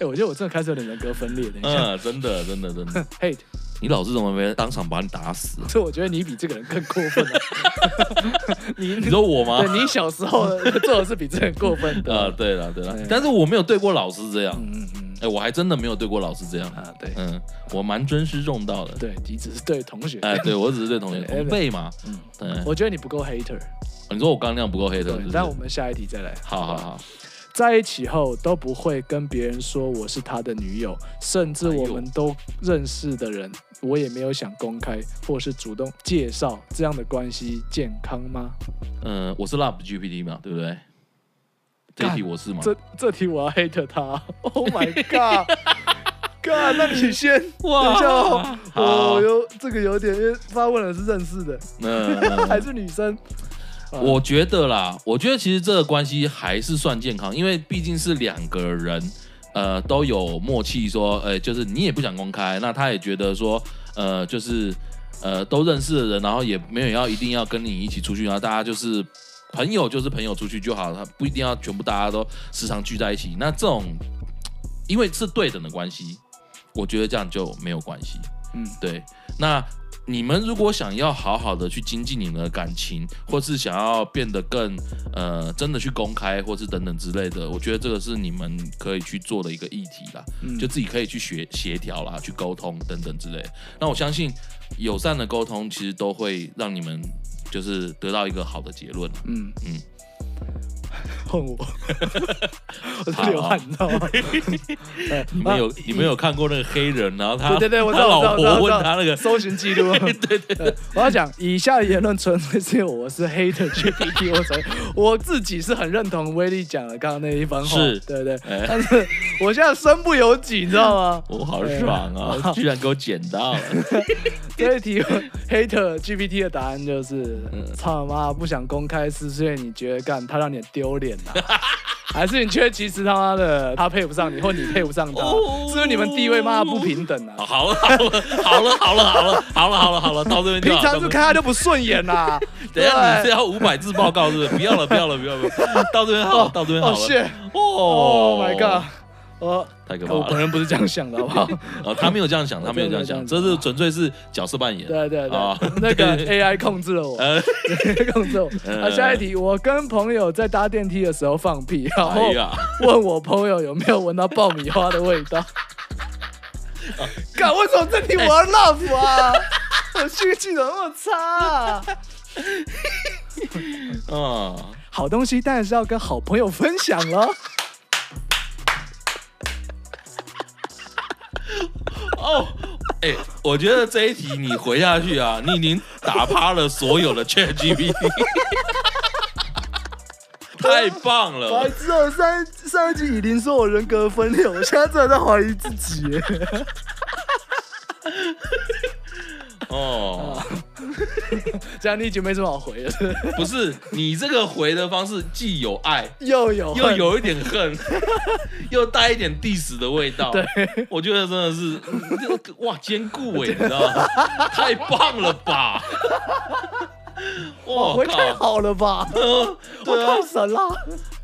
哎、我觉得我真的开始有点人格分裂了。等一下
嗯，真的，真的，真的，
，hate。
你老是怎么没当场把你打 死？
这我觉得你比这个人更过分 了。你
你说我吗？
对你小时候做的是比这个人过分的。
啊，对了，对了
对，
但是我没有对过老师这样，
嗯嗯嗯
哎、我还真的没有对过老师这样。
啊，对
嗯，我蛮尊师重道的。
对，你只是对同学。
哎、对我只是对同学
对
同辈嘛。
嗯，
对，
我觉得你不够 hater。
你说我刚那样不够黑的，是
对
不，是？
但我们下一题再来。
好好好，
在一起后都不会跟别人说我是他的女友，甚
哎
至我们都认识的人，我也没有想公开或是主动介绍这样的关系健康吗？
嗯、我是 Love GPT 嘛，对不对？这一题我是嘛？
这这题我要 hate 他，Oh my god！God，那你先，等一下哦，
好
我有这个有点，因为发问的是认识的，
那、嗯
还是女生，啊
我觉得啦，我觉得其实这个关系还是算健康，因为毕竟是两个人，呃，都有默契说，呃，就是你也不想公开，那他也觉得说，呃，就是呃都认识的人，然后也没有要一定要跟你一起出去，然后大家就是朋友就是朋友出去就好，他不一定要全部大家都时常聚在一起。那这种因为是对等的关系，我觉得这样就没有关系。
嗯
对，那你们如果想要好好的去精进你们的感情，或是想要变得更呃真的去公开，或是等等之类的，我觉得这个是你们可以去做的一个议题啦，
嗯
就自己可以去学协调啦，去沟通等等之类的。那我相信友善的沟通其实都会让你们就是得到一个好的结论。
嗯
嗯
嗯，换我，我是流汗，你知道吗？ 哎对
你们有、你们有看过那个黑人，然后他
对对对，我知
他
道，我知
老
道我知
婆
道我知
问
道
他那个
搜寻 记录。 对对对， 我要讲以下的言论纯粹是因为我是黑的 GPT，我 所以我自己是很认同威力讲的刚刚那一番话，
是
对对，
哎
但是我现在身不由己，你知 道吗？
我好爽 啊！居然给我捡到了，
这一题黑的 GPT 的答案就是，
嗯
操他妈不想公开私讯，你觉得干他让你丢脸 呐？还是你觉得其实他妈的他配不上你，或你配不上他，
哦
是不是你们地位妈的不平等啊？
好了好了好了好了好了好了好了好了，到这边就
平
好。
常是看他就不哎顺眼啊啦、
等
对
一下你是要五百字报告是不是？不要了不要了不要了，到这边好，到这边好
哦
了。
，shit，
哦
Oh my god！我哦
太可怕
我本
了！
人不是这样想的，好不好？
哦，他没有这样想，他没有这样想，这是纯粹是角色扮演。
对对对
啊，
那个
对
AI 控制了我
呃，
，AI 控制了我。
呃
啊，下一题，我跟朋友在搭电梯的时候放屁，然
哎
后
呀，
问我朋友有没有闻到爆米花的味 道。干，为什么这题我要 love 啊？我心情怎么那么差啊？
嗯，
好东西当然是要跟好朋友分享了。
哦，哎，我觉得这一题你回下去啊，你已经打趴了所有的 ChatGPT，太棒了！
白痴哦，上一上一集以琳说我人格分裂，我现在真的在怀疑自己耶。
哦，
这样你已经没什么好回了，是不是
不是，你这个回的方式既有 爱，
又有
又
恨
有一点恨， 又带一点 diss 的味道。对，我觉得真的是， 嗯这个哇，兼顾哎，你知道吗？ 太棒了 吧！我
回太
哦靠，
好了吧？我
对 啊
太神了。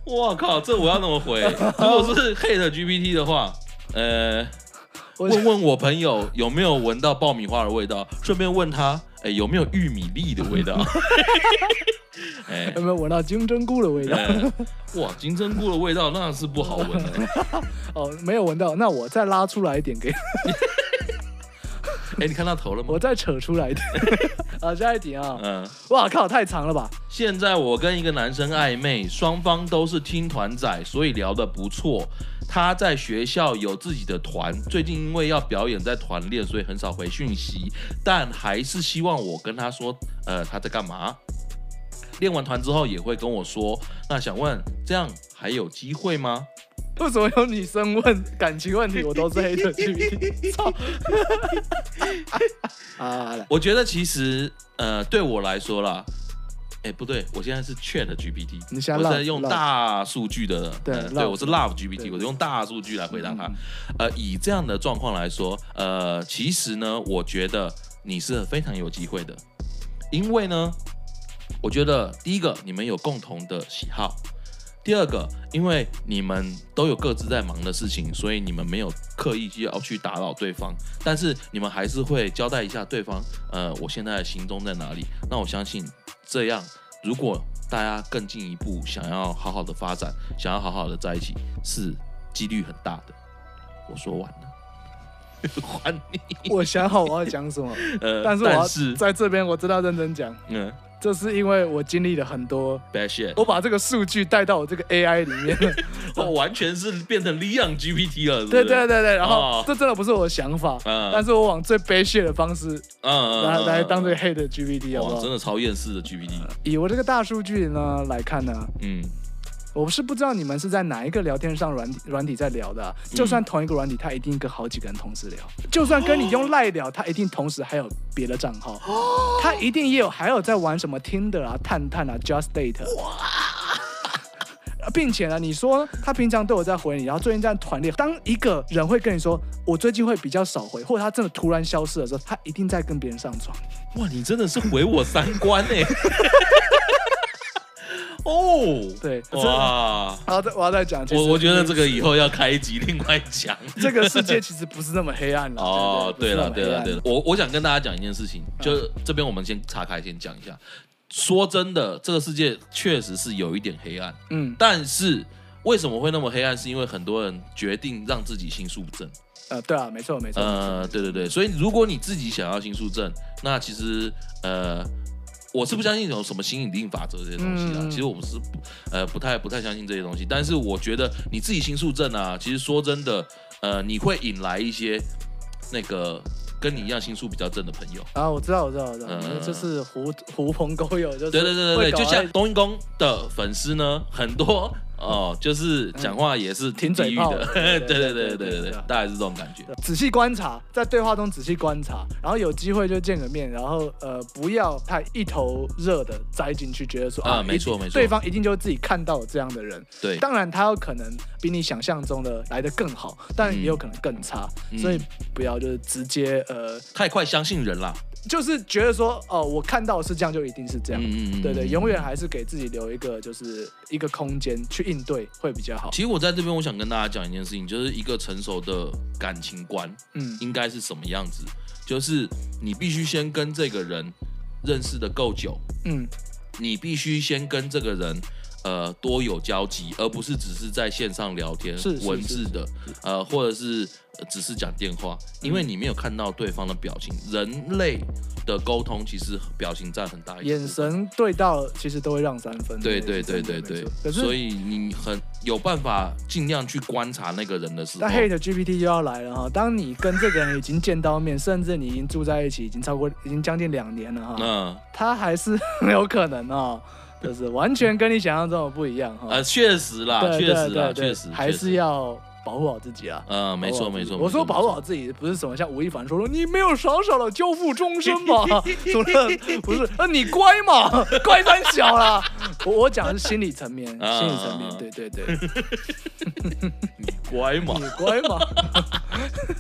我靠，这我要怎么回？ 如果是 hate GPT 的话，呃，
我
问问我朋友有没有闻到爆米花的味道，顺便问他，哎，有没有玉米粒的 味道？哎
有。没有闻到金针菇的味 道？
呃哇，金针菇的味道那是不好闻的。
哦，没有闻到，那我再拉出来一点给，
哎、你看到头了吗
我？再扯出来一点。 好，下一题啊！
嗯，
哇靠，太长了吧？
现在我跟一个男生暧昧，双方都是听团仔，所以聊得不错。他在学校有自己的团，最近因为要表演在团练，所以很少回讯息，但还是希望我跟他说，呃，他在干嘛。练完团之后也会跟我说，那想问这样还有机会吗？
为什么有女生问感情问题，我都是黑的 GPT？操！ 啊，来
我觉得其实呃，对我来说啦，哎、不对，我现在是 Chat GPT，
你现在
我
Love-
在用
Love
大数据的，
对
呃
Love
对，我是 Love
对
GPT，我用大数据来回答他。
嗯
呃，以这样的状况来说，呃，其实呢，我觉得你是非常有机会的，因为呢，我觉得第一个你们有共同的喜好。第二个，因为你们都有各自在忙的事情，所以你们没有刻意要去打扰对方，但是你们还是会交代一下对方，呃，我现在的行踪在哪里。那我相信这样，如果大家更进一步想要好好的发展，想要好好的在一起，是几率很大的。我说完 了，还你。
我想好我要讲什么，
呃，
但是我要
但是，
在这边我真的要认真讲，
嗯
这是因为我经历了很多
，bad shit，
我把这个数据带到我这个 AI 里面了。
我完全是变成 Leon GPT 了，是不是
对对，对对，然后
哦
这真的不是我的想法，
嗯
但是我往最悲血的方式
嗯嗯，
来
嗯
来当这个，啊黑的 GPT 好不
哇，真
好？
的超厌世的 GPT，
以我这个大数据呢来看呢，
嗯，
我是不知道你们是在哪一个聊天上软体软体在聊的啊，
嗯
就算同一个软体，它一定跟好几个人同时聊，就算跟你用赖聊，它一定同时还有别的账号，
哦
它一定也有还有在玩什么 Tinder 啊、探探啊、Just Date 啊。 并且呢，你说他平常都有在回你，然后最近在团练。当一个人会跟你说“我最近会比较少回”，或者他真的突然消失的时候，他一定在跟别人上床。
欸 哇，你真的是毁我三观哎！哦，
对这
哇，
然后再我要再讲，其实
我我觉得这个以后要开一集另外 讲。
这个世界其实不是那么黑暗了。
哦，对
了
了，对了，
了
对了，，我我想跟大家讲一件事情，就
嗯
这边我们先岔开，先讲一下。说真的，这个世界确实是有一点黑暗，
嗯
但是为什么会那么黑暗？是因为很多人决定让自己心术不正。
呃，对啊，没错没错，
呃，对对对，所以如果你自己想要心术正，那其实呃，我是不相信有什么吸引力法则这些东西啊。
嗯
其实我们是不呃不太不太相信这些东西，但是我觉得你自己心术正啊，其实说真的，呃，你会引来一些那个跟你一样心术比较正的朋友。
啊，我知道，我知道，我知道，
嗯
就是狐狐朋狗友，就是
对对对对对，
会搞啊
就像
那
冬阴功的粉丝呢，很多哦，就是讲话也是
挺嗯嘴
地狱
炮
的，
的
对
对
对对对
对对
对
对
对
对啊，
大概是这种感觉。
仔细观察，在对话中仔细观察，然后有机会就见个面，然后呃，不要太一头热的栽进去，觉得说
啊
啊，
没错
一定
没错
对方一定就是自己看到这样的人。
对，
当然，他有可能比你想象中的来的更好，但也有可能更差，
嗯
所以不要就是直接呃，
太快相信人啦。
就是觉得说哦、我看到是这样就一定是这样。
嗯
对对，永远还是给自己留一个就是一个空间去应对会比较好。
其实我在这边，我想跟大家讲一件事情，就是一个成熟的感情观
嗯
应该是什么样子，就是你必须先跟这个人认识的够久，
嗯
你必须先跟这个人。呃，多有交集，而不是只是在线上聊天，
是是
文字的，呃，或者是呃只是讲电话，因为你没有看到对方的表情。人类的沟通其实表情占很大一部分
眼神对到，其实都会让三分。
对
这
对
是
对对
真的没
对
错，可是
所以你很有办法尽量去观察那个人的时候
那，Hate GPT 就要来了哈。当你跟这个人已经见到面，甚至你已经住在一起，已经超过已经将近两年了哈，
嗯
他还是很有可能哦， 就是完全跟你想象中的不一 样哈。
呃，确实啦，
对
确
对
实啦，
对对
确实
还
确实
是要保护好自己啊。
呃，没错
保护好
没
自己
错，
我说
没错
保护好，自己，不是什么像吴亦凡说说你没有少少的交付终身 嘛，主任不是，啊你乖嘛，乖三小啦。我我讲的是心理层面，心
啊
理层面，对 对对。
没错乖嘛
你，乖吗？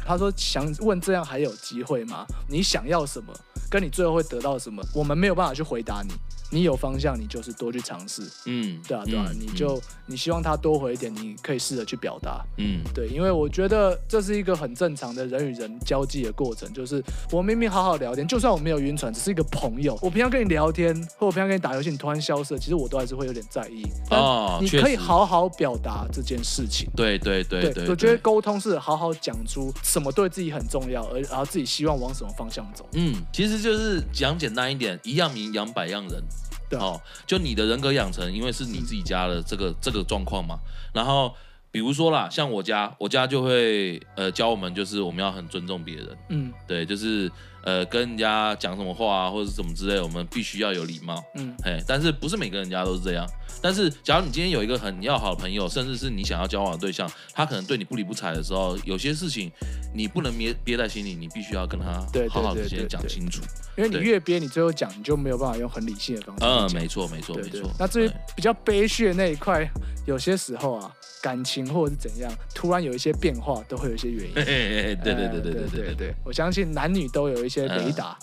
他说想问这样还有机会吗？你想要什么？跟你最后会得到什么？我们没有办法去回答你。你有方向，你就是多去尝试，
嗯，
对啊，对啊，
嗯
你就你希望他多回一点，你可以试着去表达，
嗯
对，因为我觉得这是一个很正常的人与人交际的过程，就是我明明好好聊天，就算我没有晕船，只是一个朋友，我平常跟你聊天，或我平常跟你打游戏，你突然消失了，其实我都还是会有点在意，但
哦
你
确
可以
实
好好表达这件事情。
对对对
对，
对，
我觉得
对
沟通是好好讲出什么对自己很重要，而然后自己希望往什么方向走。
嗯，其实就是讲简单一点，一样米养百样人。
对啊嗯
哦，就你的人格养成，因为是你自己家的这个这个状况嘛。然后比如说啦，像我家，我家就会呃教我们，就是我们要很尊重别人。
嗯
对，就是呃跟人家讲什么话啊，或者是怎么之类，我们必须要有礼貌。
嗯
哎，但是不是每个人家都是这样？但是，假如你今天有一个很要好的朋友，甚至是你想要交往的对象，他可能对你不理不睬的时候，有些事情你不能憋憋在心里，你必须要跟他
对对
好好的
对对
先讲
对
清楚。
因为你
对
越憋，你最后讲你就没有办法用很理性的方式
嗯，
去讲。
没错，没错，
对
没
对
错。
那至于
哎
比较悲剧的那一块，有些时候啊，感情或者是怎样，突然有一些变化，都会有一些原因。
嘿嘿嘿哎对对对对
哎
对对对对，，
我相信男女都有一些雷达。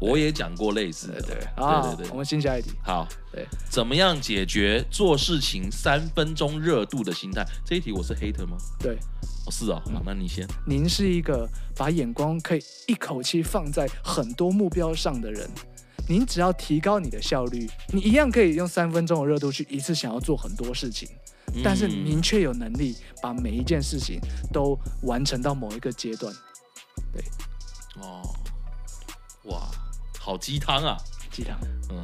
我也讲过类似的。
啊
嗯对对，哎
我
对。
们进下一题。
好，
对，
怎么样解决做事情三分钟热度的心态？这一题我是 hater 吗？
对，
哦，是哦，好，那你先。
您是一个把眼光可以一口气放在很多目标上的人。您只要提高你的效率，你一样可以用三分钟的热度去一次想要做很多事情，但是
嗯
您却有能力把每一件事情都完成到某一个阶段。
哦，哇，好鸡汤啊！
鸡汤，
嗯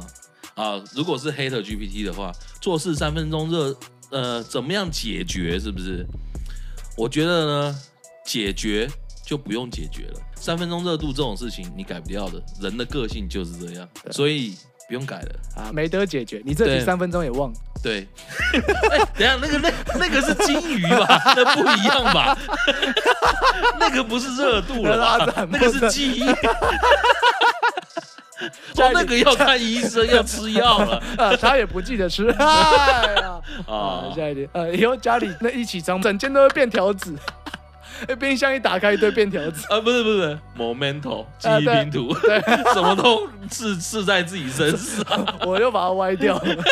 啊，如果是 Hater GPT 的话，做事三分钟热，呃，怎么样解决？是不是？我觉得呢，解决就不用解决了。三分钟热度这种事情，你改不掉的，人的个性就是这样，所以不用改了。
啊，没得解决，你这
对
题三分钟也 忘。
对，哎等一下那个那那个是金鱼吧？那不一样吧？ 那个不是热度了
那
吧
是？
那个是记忆。哦，那个要看医生，要吃药了
啊，啥也不记得吃。 哎呀，
啊
啊，！下一题，呃，以后家里那一起床，整间都会变条子， 冰箱一打开一堆变条 子。
啊，不是不是，Momento 记忆
啊对
拼图， 什么都刺刺在自己身上。
我又把它歪掉了。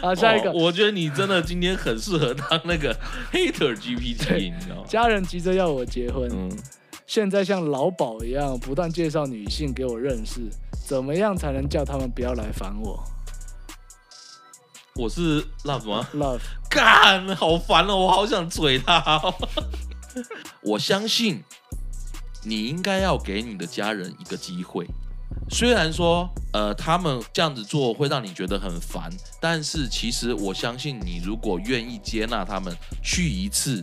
好， 下一个
哦，我觉得你真的今天很适合当那个 hater GPT，你知道吗？
家人急着要我结婚，
嗯，
现在像老鸨一样，不断介绍女性给我认识，怎么样才能叫他们不要来烦我
我是 love 吗？
？Love，
干，好烦哦，我好想嘴他哦、 我相信你应该要给你的家人一个机会，虽然说呃他们这样子做会让你觉得很烦，但是其实我相信你如果愿意接纳他们去一次，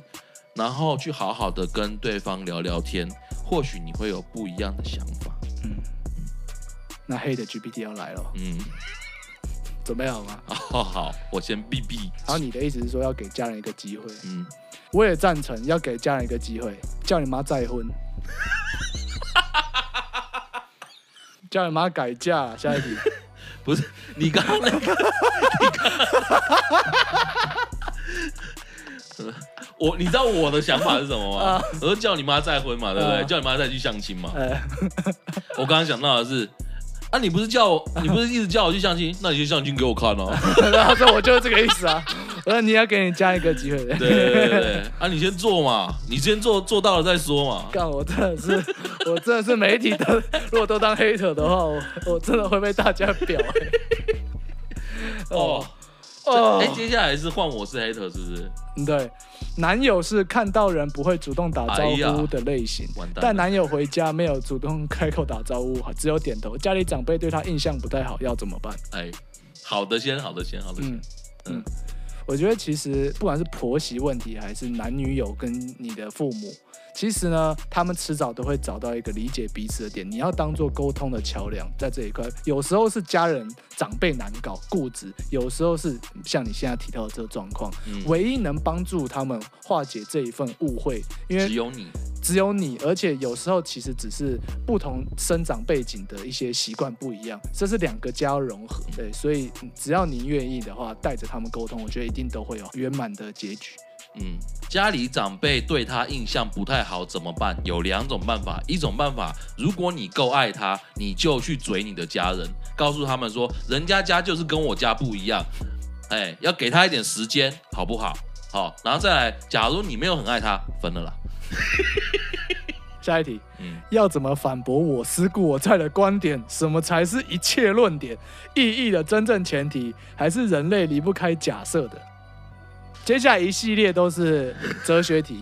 然后去好好的跟对方聊聊天，或许你会有不一样的想法。
嗯，那黑的 GPT 要来了，
嗯，
准备好吗？
好好，我先避避。
然后你的意思是说要给家人一个机会，
嗯，
我也赞成要给家人一个机会，叫你妈再 婚，叫你妈改嫁。下一题，
不是你刚刚那个，你刚刚我你知道我的想法是什么吗
啊？
我就叫你妈再婚嘛，对不
啊
对？叫你妈再去相亲嘛。
呃，
我刚刚想到的是，啊，你不是叫我，你不是一直叫我去相亲，那你去相亲给我看哦。
然后说我啊就是这个意思啊，我说你要给你家人一个机会。
对对对对对，啊，你先做嘛，你先做做到了再说嘛。
干，我真的是，我真的是媒体的，如果都当 hater 的话，我我真的会被大家 表、欸。
哦
哦，哦
哎、，接下来是换我是 hater 是不是？
对，男友是看到人不会主动打招
哎呀
呼的类型，
完蛋了
但男友回家没有主动开口打招呼，只有点头。家里长辈对他印象不太好，要怎么办？
哎，好的先，好的先，好的先。
嗯嗯
嗯，
我觉得其实不管是婆媳问题，还是男女友跟你的父母，其实呢，他们迟早都会找到一个理解彼此的点。你要当做沟通的桥梁，在这一块，有时候是家人长辈难搞固执，有时候是像你现在提到的这个状况，
嗯
唯一能帮助他们化解这一份误会，因为
只有你，
只有你，而且有时候其实只是不同生长背景的一些习惯不一样，这是两个家要融合。对，所以只要您愿意的话，带着他们沟通，我觉得一定都会有圆满的结局。
嗯，家里长辈对他印象不太好怎么办？有两种办法，一种办法，如果你够爱他，你就去嘴你的家人，告诉他们说，人家家就是跟我家不一样，哎，要给他一点时间，好不好？好，然后再来，假如你没有很爱他，分了啦。
下一题，
嗯，
要怎么反驳我思故我在的观点？什么才是一切论点意义的真正前提？还是人类离不开假设的？接下来一系列都是哲学题，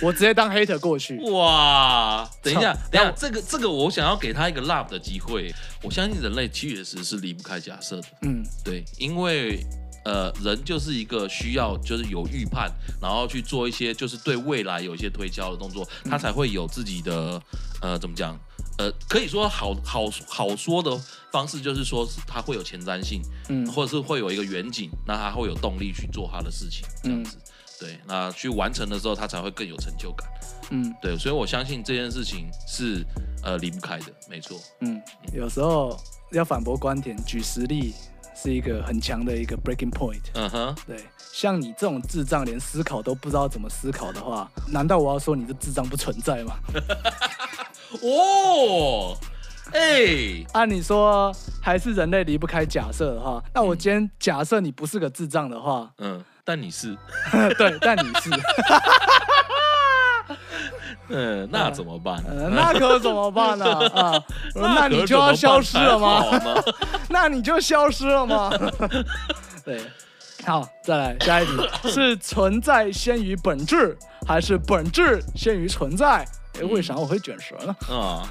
我直接当 hater 过去。
哇，等一下
操，
等一
那
下，
我
这个这个，我想要给他一个 love 的机会。我相信人类确实是离不开假设的。
嗯，
对，因为呃，人就是一个需要就是有预判，然后去做一些就是对未来有一些推敲的动作，他才会有自己的呃怎么讲呃，可以说好好好说的方式就是说是他会有前瞻性，
嗯
或者是会有一个远景，那他会有动力去做他的事情，这样子。对，那去完成的时候，他才会更有成就感。
嗯。
对，所以我相信这件事情是呃离不开的，没错。
嗯，有时候要反驳观点，举实例是一个很强的一个 breaking point。
嗯哼，
对，像你这种智障，连思考都不知道怎么思考的话，难道我要说你这智障不存在吗？
哦，哎、
按啊你说，还是人类离不开假设的话，那我今天假设你不是个智障的话，
嗯，但你是，
对，但你 是，
嗯，那怎么办？
呃那可怎么办呢、啊？ 那
可
你
怎
就
么
要
办哦
消失了吗？
才好呢
那你就消失了 吗？对，好，再来下 一题，是存在先于本质，还是本质先于存在？哎，为啥我会卷舌呢？
啊、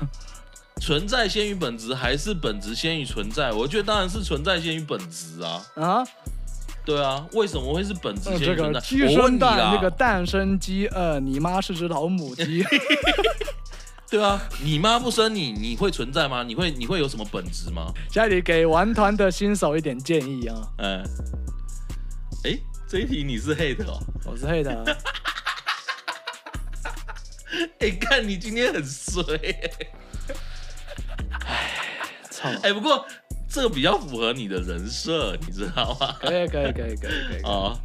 存在先于本质，还是本质先于存在？我觉得当然是存在先于本质啊。
啊，
对啊，为什么会是本质
呃
先
这
于存
个
在？
鸡
我问
生
你啊
蛋，
啦，
那个蛋生鸡，呃，你妈是只老母 鸡。
对啊，你妈不生你，你会存在吗？你会你会有什么本质吗？
下一题给玩团的新手一点建议啊，
嗯，哎，这一题你是 hate 哦。
我是黑的啊，
哎，看你今天很衰、
操，
哎，不过这个比较符合你的人设，你知道吗？
可以可以可以可以可以，
哦，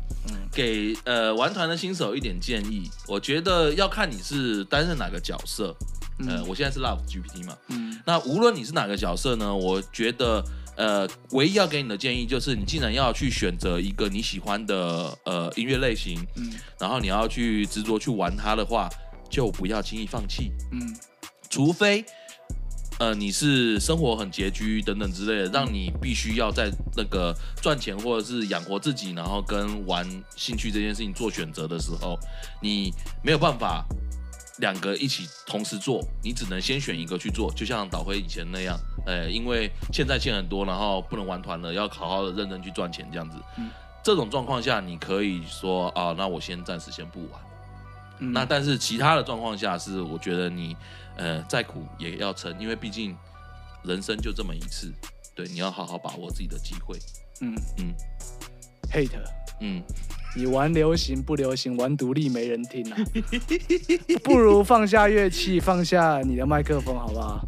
给呃玩团的新手一点建议，我觉得要看你是担任哪个角色。呃，我现在是 Love GPT 嘛。
嗯
那无论你是哪个角色呢，我觉得呃，唯一要给你的建议就是，你既然要去选择一个你喜欢的呃音乐类型，
嗯
然后你要去执着去玩它的话，就不要轻易放弃，
嗯
除非。呃，你是生活很拮据等等之类的，让你必须要在那个赚钱或者是养活自己，然后跟玩兴趣这件事情做选择的时候，你没有办法两个一起同时做，你只能先选一个去做，就像导辉以前那样，呃，因为欠债欠很多，然后不能玩团了，要好好的认真去赚钱这样子。
嗯
这种状况下，你可以说啊，那我先暂时先不玩。
嗯，
那但是其他的状况下是，我觉得你呃再苦也要撑，因为毕竟人生就这么一次，对，你要好好把握自己的机会。
嗯
嗯
嗯，hate，
嗯，
你玩流行不流行，玩独立没人听啊， 不如放下乐器，放下你的麦克风，好不好？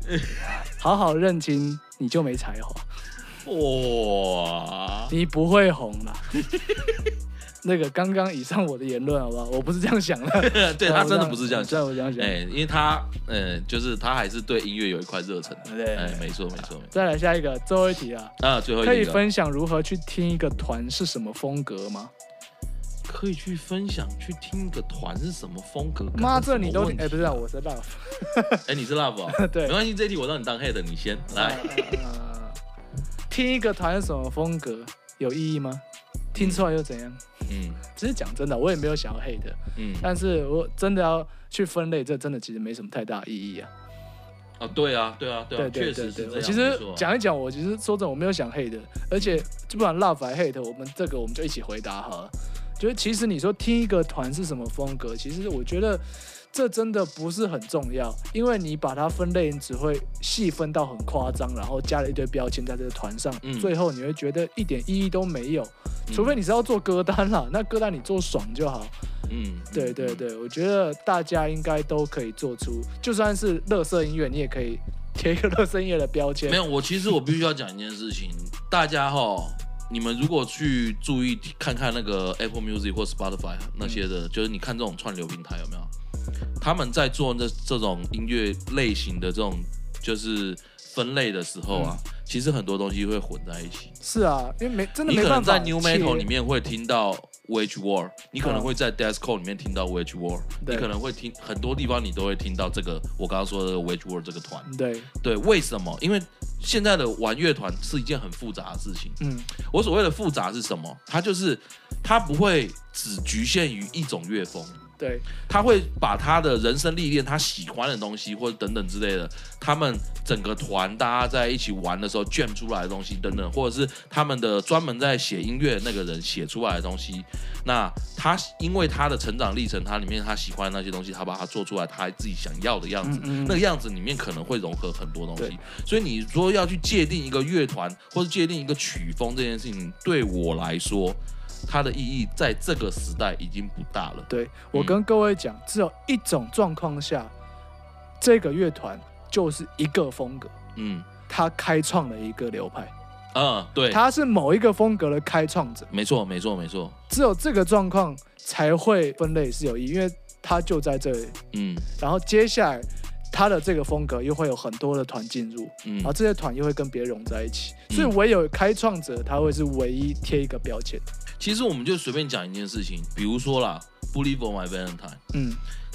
好好认清，你就没才华，
哇，
你不会红啦。 那个刚刚以上我的言论，好不好？我不是这样想的，
对他真的不是这样想
对，，我这样想
哎、。因为他呃就是他还是对音乐有一块热忱的。
对
哎、没错没错没错。
再来下一个，最后一题啊，
那最后一个
可以分享如何去听一个团是什么风格吗？
可以去分享去听个团是什么风格？
妈，
干
这你
什
都
么问题
哎，不是啊，我是 love。，
哎、你是 love 哦
对
没关系，这一题我让你当 head，你先来。
呃听一个团是什么风格有意义吗？听出来又怎样？
嗯
其实讲真的，我也没有想要 hate，的
嗯，
但是我真的要去分类，这真的其实没什么太大意义啊。
哦，对啊对啊对
对
啊，确
对
实
对
是
对，
这
我
样。
其
没
实
错啊
讲一讲，我其实说真的，我没有想 hate，的而且就不管 love 还 hate，我们这个我们就一起回答好了。就是其实你说听一个团是什么风格，其实我觉得这真的不是很重要，因为你把它分类，你只会细分到很夸张，然后加了一堆标签在这个团上，
嗯
最后你会觉得一点意义都没有。
嗯
除非你是要做歌单啦，那歌单你做爽就好。
嗯，
对对对，我觉得大家应该都可以做出，就算是乐色音乐，你也可以 贴一个乐色音乐的标签。
没有，我其实我必须要讲一件事情，大家哈，你们如果去注意看看那个 Apple Music 或 Spotify 那些
嗯
的，就是你看这种串流平台有没有？他们在做这这种音乐类型的这种就是分类的时候啊，
嗯
其实很多东西会混在一起。
是啊，因为没真的
你
没
可
办
能
法
在
切。
New Metal 里面会听到 Wage War，你可能
嗯
会在 Deathcore 里面听到 Wage War，你
对
可能会听很多地方你都会听到这个我刚刚说的 Wage War 这个团。
对，
对，为什么？因为现在的玩乐团是一件很复杂的事情。
嗯
我所谓的复杂是什么？它就是它不会只局限于一种乐风，
对，
他会把他的人生历练、他喜欢的东西或者等等之类的，他们整个团大家在一起玩的时候卷出来的东西等等，或者是他们的专门在写音乐的那个人写出来的东西。那他因为他的成长历程，他里面他喜欢的那些东西，他把它做出来，他自己想要的样子。
嗯嗯嗯
那个样子里面可能会融合很多东西
对，
所以你说要去界定一个乐团或者界定一个曲风这件事情，对我来说，它的意义在这个时代已经不大了。
对我跟各位讲，只有一种状况下，这个乐团就是一个风格，
嗯。
它开创了一个流派，
嗯，对，
它是某一个风格的开创者。
没错，没错，没错。
只有这个状况才会分类是有意义，因为它就在这里。
嗯
然后接下来它的这个风格又会有很多的团进入，
嗯
然后这些团又会跟别人融在一起，所以
嗯
唯有开创者他会是唯一贴一个标签。
其实我们就随便讲一件事情，比如说啦，Believe on My Valentine，
嗯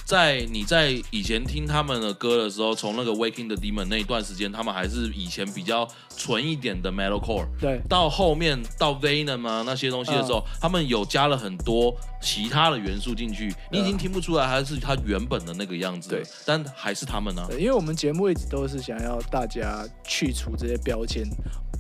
在你在以前听他们的歌的时候，从那个 Waking the Demon 那一段时间，他们还是以前比较纯一点的 Metalcore。
对，
到后面到 Venom 啊那些东西的时候，他们有加了很多其他的元素进去，你已经听不出来还是他原本的那个样子了
对，
但还是他们呢、啊。
对，因为我们节目一直都是想要大家去除这些标签，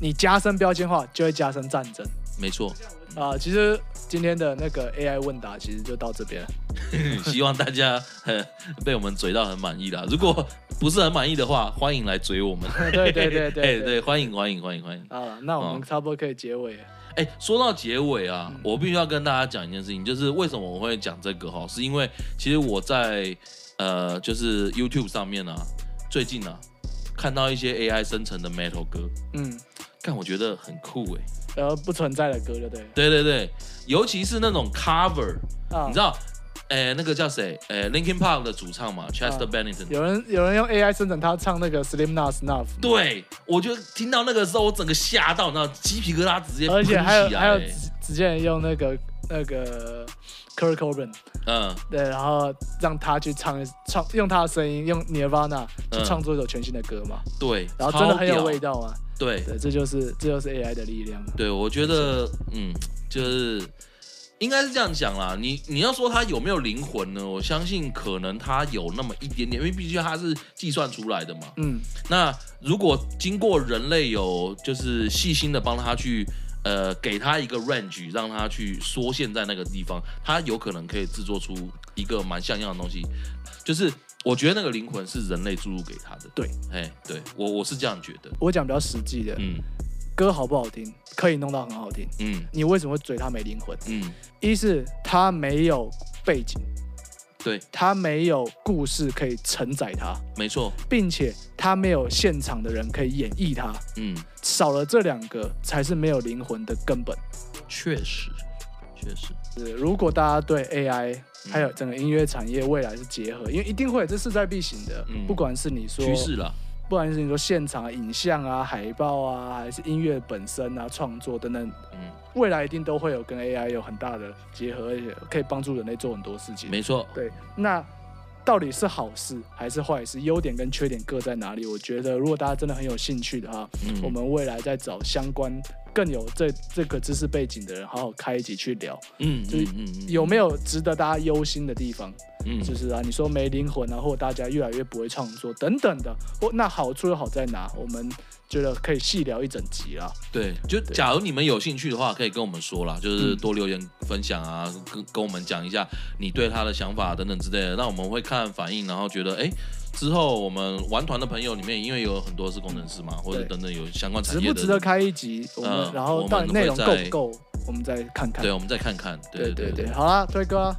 你加深标签化就会加深战争
没错，
啊、其实今天的那个 AI 问答其实就到这边 了。
嗯 希望大家呃被我们嘴到很满意啦。如果不是很满意的话，欢迎来追我们。
对对 对对
哎
对
对，欢迎欢迎欢迎欢迎。
啊，那我
哦
们差不多可以结尾了。
哎，说到结尾啊，
嗯
我必须要跟大家讲一件事情，就是为什么我会讲这个哈，是因为其实我在呃就是 YouTube 上面啊，最近啊看到一些 AI 生成的 metal 歌，
嗯，
看我觉得很酷哎、
然后不存在的歌就对了。
对对对，尤其是那种 cover，、
啊
你知道哎、那个叫谁？哎、l i n k i n Park 的主唱嘛，Chester
嗯
Bennington。
有人有人用 AI 生成他唱那个 Slim Nas n u f
对，我就听到那个时候，我整个吓到，然后鸡皮疙瘩直接
而且
喷
还有
起来
还有
欸
直直接用那个那个 Kurt Cobain，
嗯，
对，然后让他去唱唱用他的声音，用 Nirvana 去
嗯
创作一首全新的歌嘛，
对，
然后真的很有
超屌
味。道啊。
对
对，这就是这就是 AI 的力量啊。
对，我觉得，嗯，就是应该是这样讲啦。你你要说它有没有灵魂呢？我相信可能它有那么一点点，因为毕竟它是计算出来的嘛。
嗯，
那如果经过人类有就是细心的帮他去，呃，给他一个 range，让他去缩限在那个地方，他有可能可以制作出一个蛮像样的东西。就是我觉得那个灵魂是人类注入给他的。
对，
哎，对我我是这样觉得。
我讲比较实际的，
嗯
歌好不好听，可以弄到很好听。
嗯
你为什么会嘴他没灵魂？
嗯，
一是他没有背景，
对，
他没有故事可以承载他，
没错。
并且他没有现场的人可以演绎他。
嗯，
少了这两个，才是没有灵魂的根本。
确实，确实。
是如果大家对 AI
嗯
还有整个音乐产业未来是结合，因为一定会，这势在必行的。
嗯
不管是你说
趋势啦，
不管是你说现场啊、影像啊、海报啊，还是音乐本身啊、创作等等，
嗯，
未来一定都会有跟 AI 有很大的结合，而且可以帮助人类做很多事情。
没错，
对，那到底是好事还是坏事？优点跟缺点各在哪里？我觉得如果大家真的很有兴趣的话，
嗯，
我们未来再找相关更有这这个知识背景的人，好好开一集去聊，
嗯，
就
嗯
是
嗯嗯，
有没有值得大家忧心的地方？
嗯，
就是啊，你说没灵魂啊，或者大家越来越不会创作等等的，或那好处又好在哪？我们觉得可以细聊一整集啦。
对，就假如你们有兴趣的话，可以跟我们说啦，就是
嗯
多留言分享啊，跟跟我们讲一下你对他的想法等等之类的，那我们会看反应，然后觉得哎。诶之后我们玩团的朋友里面，因为有很多是工程师嘛，或者
对
等等有相关
值
产业
不
的，
值得开一集？我们、
嗯
然后
我
到
们
底
会
内容够
在
不够，我们再看看。
对，我们再看看。对
对
对
对对，好啦，推哥啊，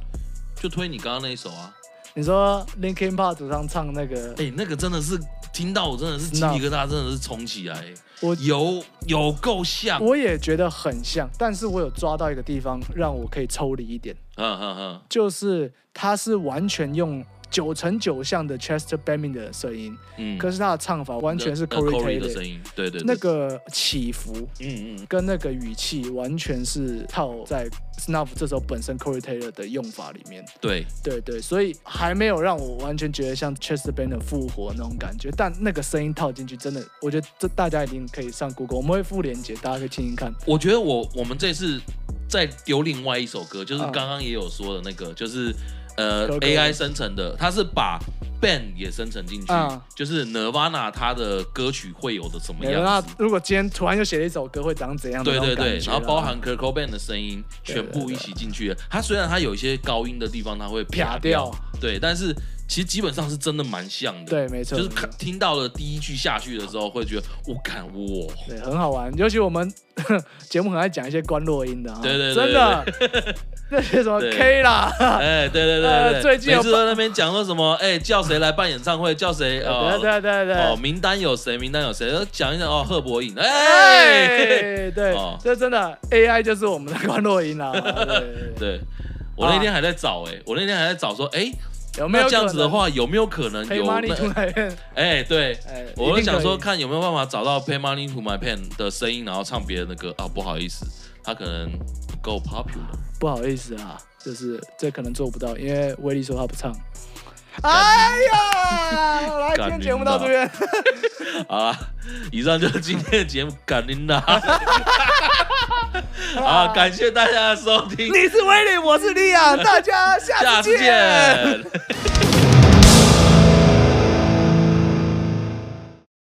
就推你刚刚那一首啊，
你说 Linkin Park 主唱唱那个，
哎，那个真的是听到我真的是鸡皮疙瘩，真的是冲起来，
我
有有够像，嗯
我也觉得很像，但是我有抓到一个地方让我可以抽离一点，
嗯嗯，
就是它是完全用九成九像的 Chester Bennington 的声音，
嗯，
可是它的唱法完全是
那那
Corey
Corey 的
Taylor
声音，对对，对
那个起伏
嗯嗯
跟那个语气完全是套在 Snuff 这首本身 Corey Taylor 的用法里面。
对，
对对，所以还没有让我完全觉得像 Chester Bennington 复活那种感觉，但那个声音套进去，真的，我觉得这大家一定可以上 Google，我们会附链接，大家可以听听看。
我觉得我我们这次再丢另外一首歌，就是
嗯
刚刚也有说的那个，就是呃
Coco
AI 生成的，它是把 Ben 也生成进去，
嗯
就是 Nirvana 它的歌曲会有的什么
对哎那
样子。
如果今天突然又写了一首歌，会长怎样的
对
那
对
种感觉啊啦？
对，然后包含 k u r t Cobain 的声音
对
全部一起进去了。它虽然它有一些高音的地方，它会
啪
啪
掉
掉，，对，但是其实基本上是真的蛮像的。
对，没错，
就是
没错
看听到了第一句下去的时候，会觉得我看哇，
对，很好玩。尤其我们 节目很爱讲一些关落音的啊，
对对对
真的 那些什么
对
K 啦，
哎，对对对对
呃
对，
最近有
每次都在那边讲说什么，哎，叫谁来办演唱会，叫谁
对
哦
对对
哦，
对。
名单有谁，名单有谁，讲一讲哦，贺博颖，哎，
哎，对
哦，
这真的 AI 就是我们的关落音啦。对对对，
对我那天还在找，哎，我那天还在找说，哎，
有没有
那这样子的话有没有可能
黑
有
money
那
出来？
哎，对。
哎，
我
一
就
定
想
可以
说，看有没有办法找到 Pay Money to My Pen 的声音，然后唱别人的歌啊。不好意思，他可能不够 popular。
不好意思啊，就是这可能做不到，因为威力说他不唱。
干
哎 呀，好啦，今
干
天
你
节目到
妈
这边。
好啦，以上就是今天的节目，感恩啦！啊，感谢大家的收听，
你是威力，我是利亚，大家下
下
次
次
见。
见。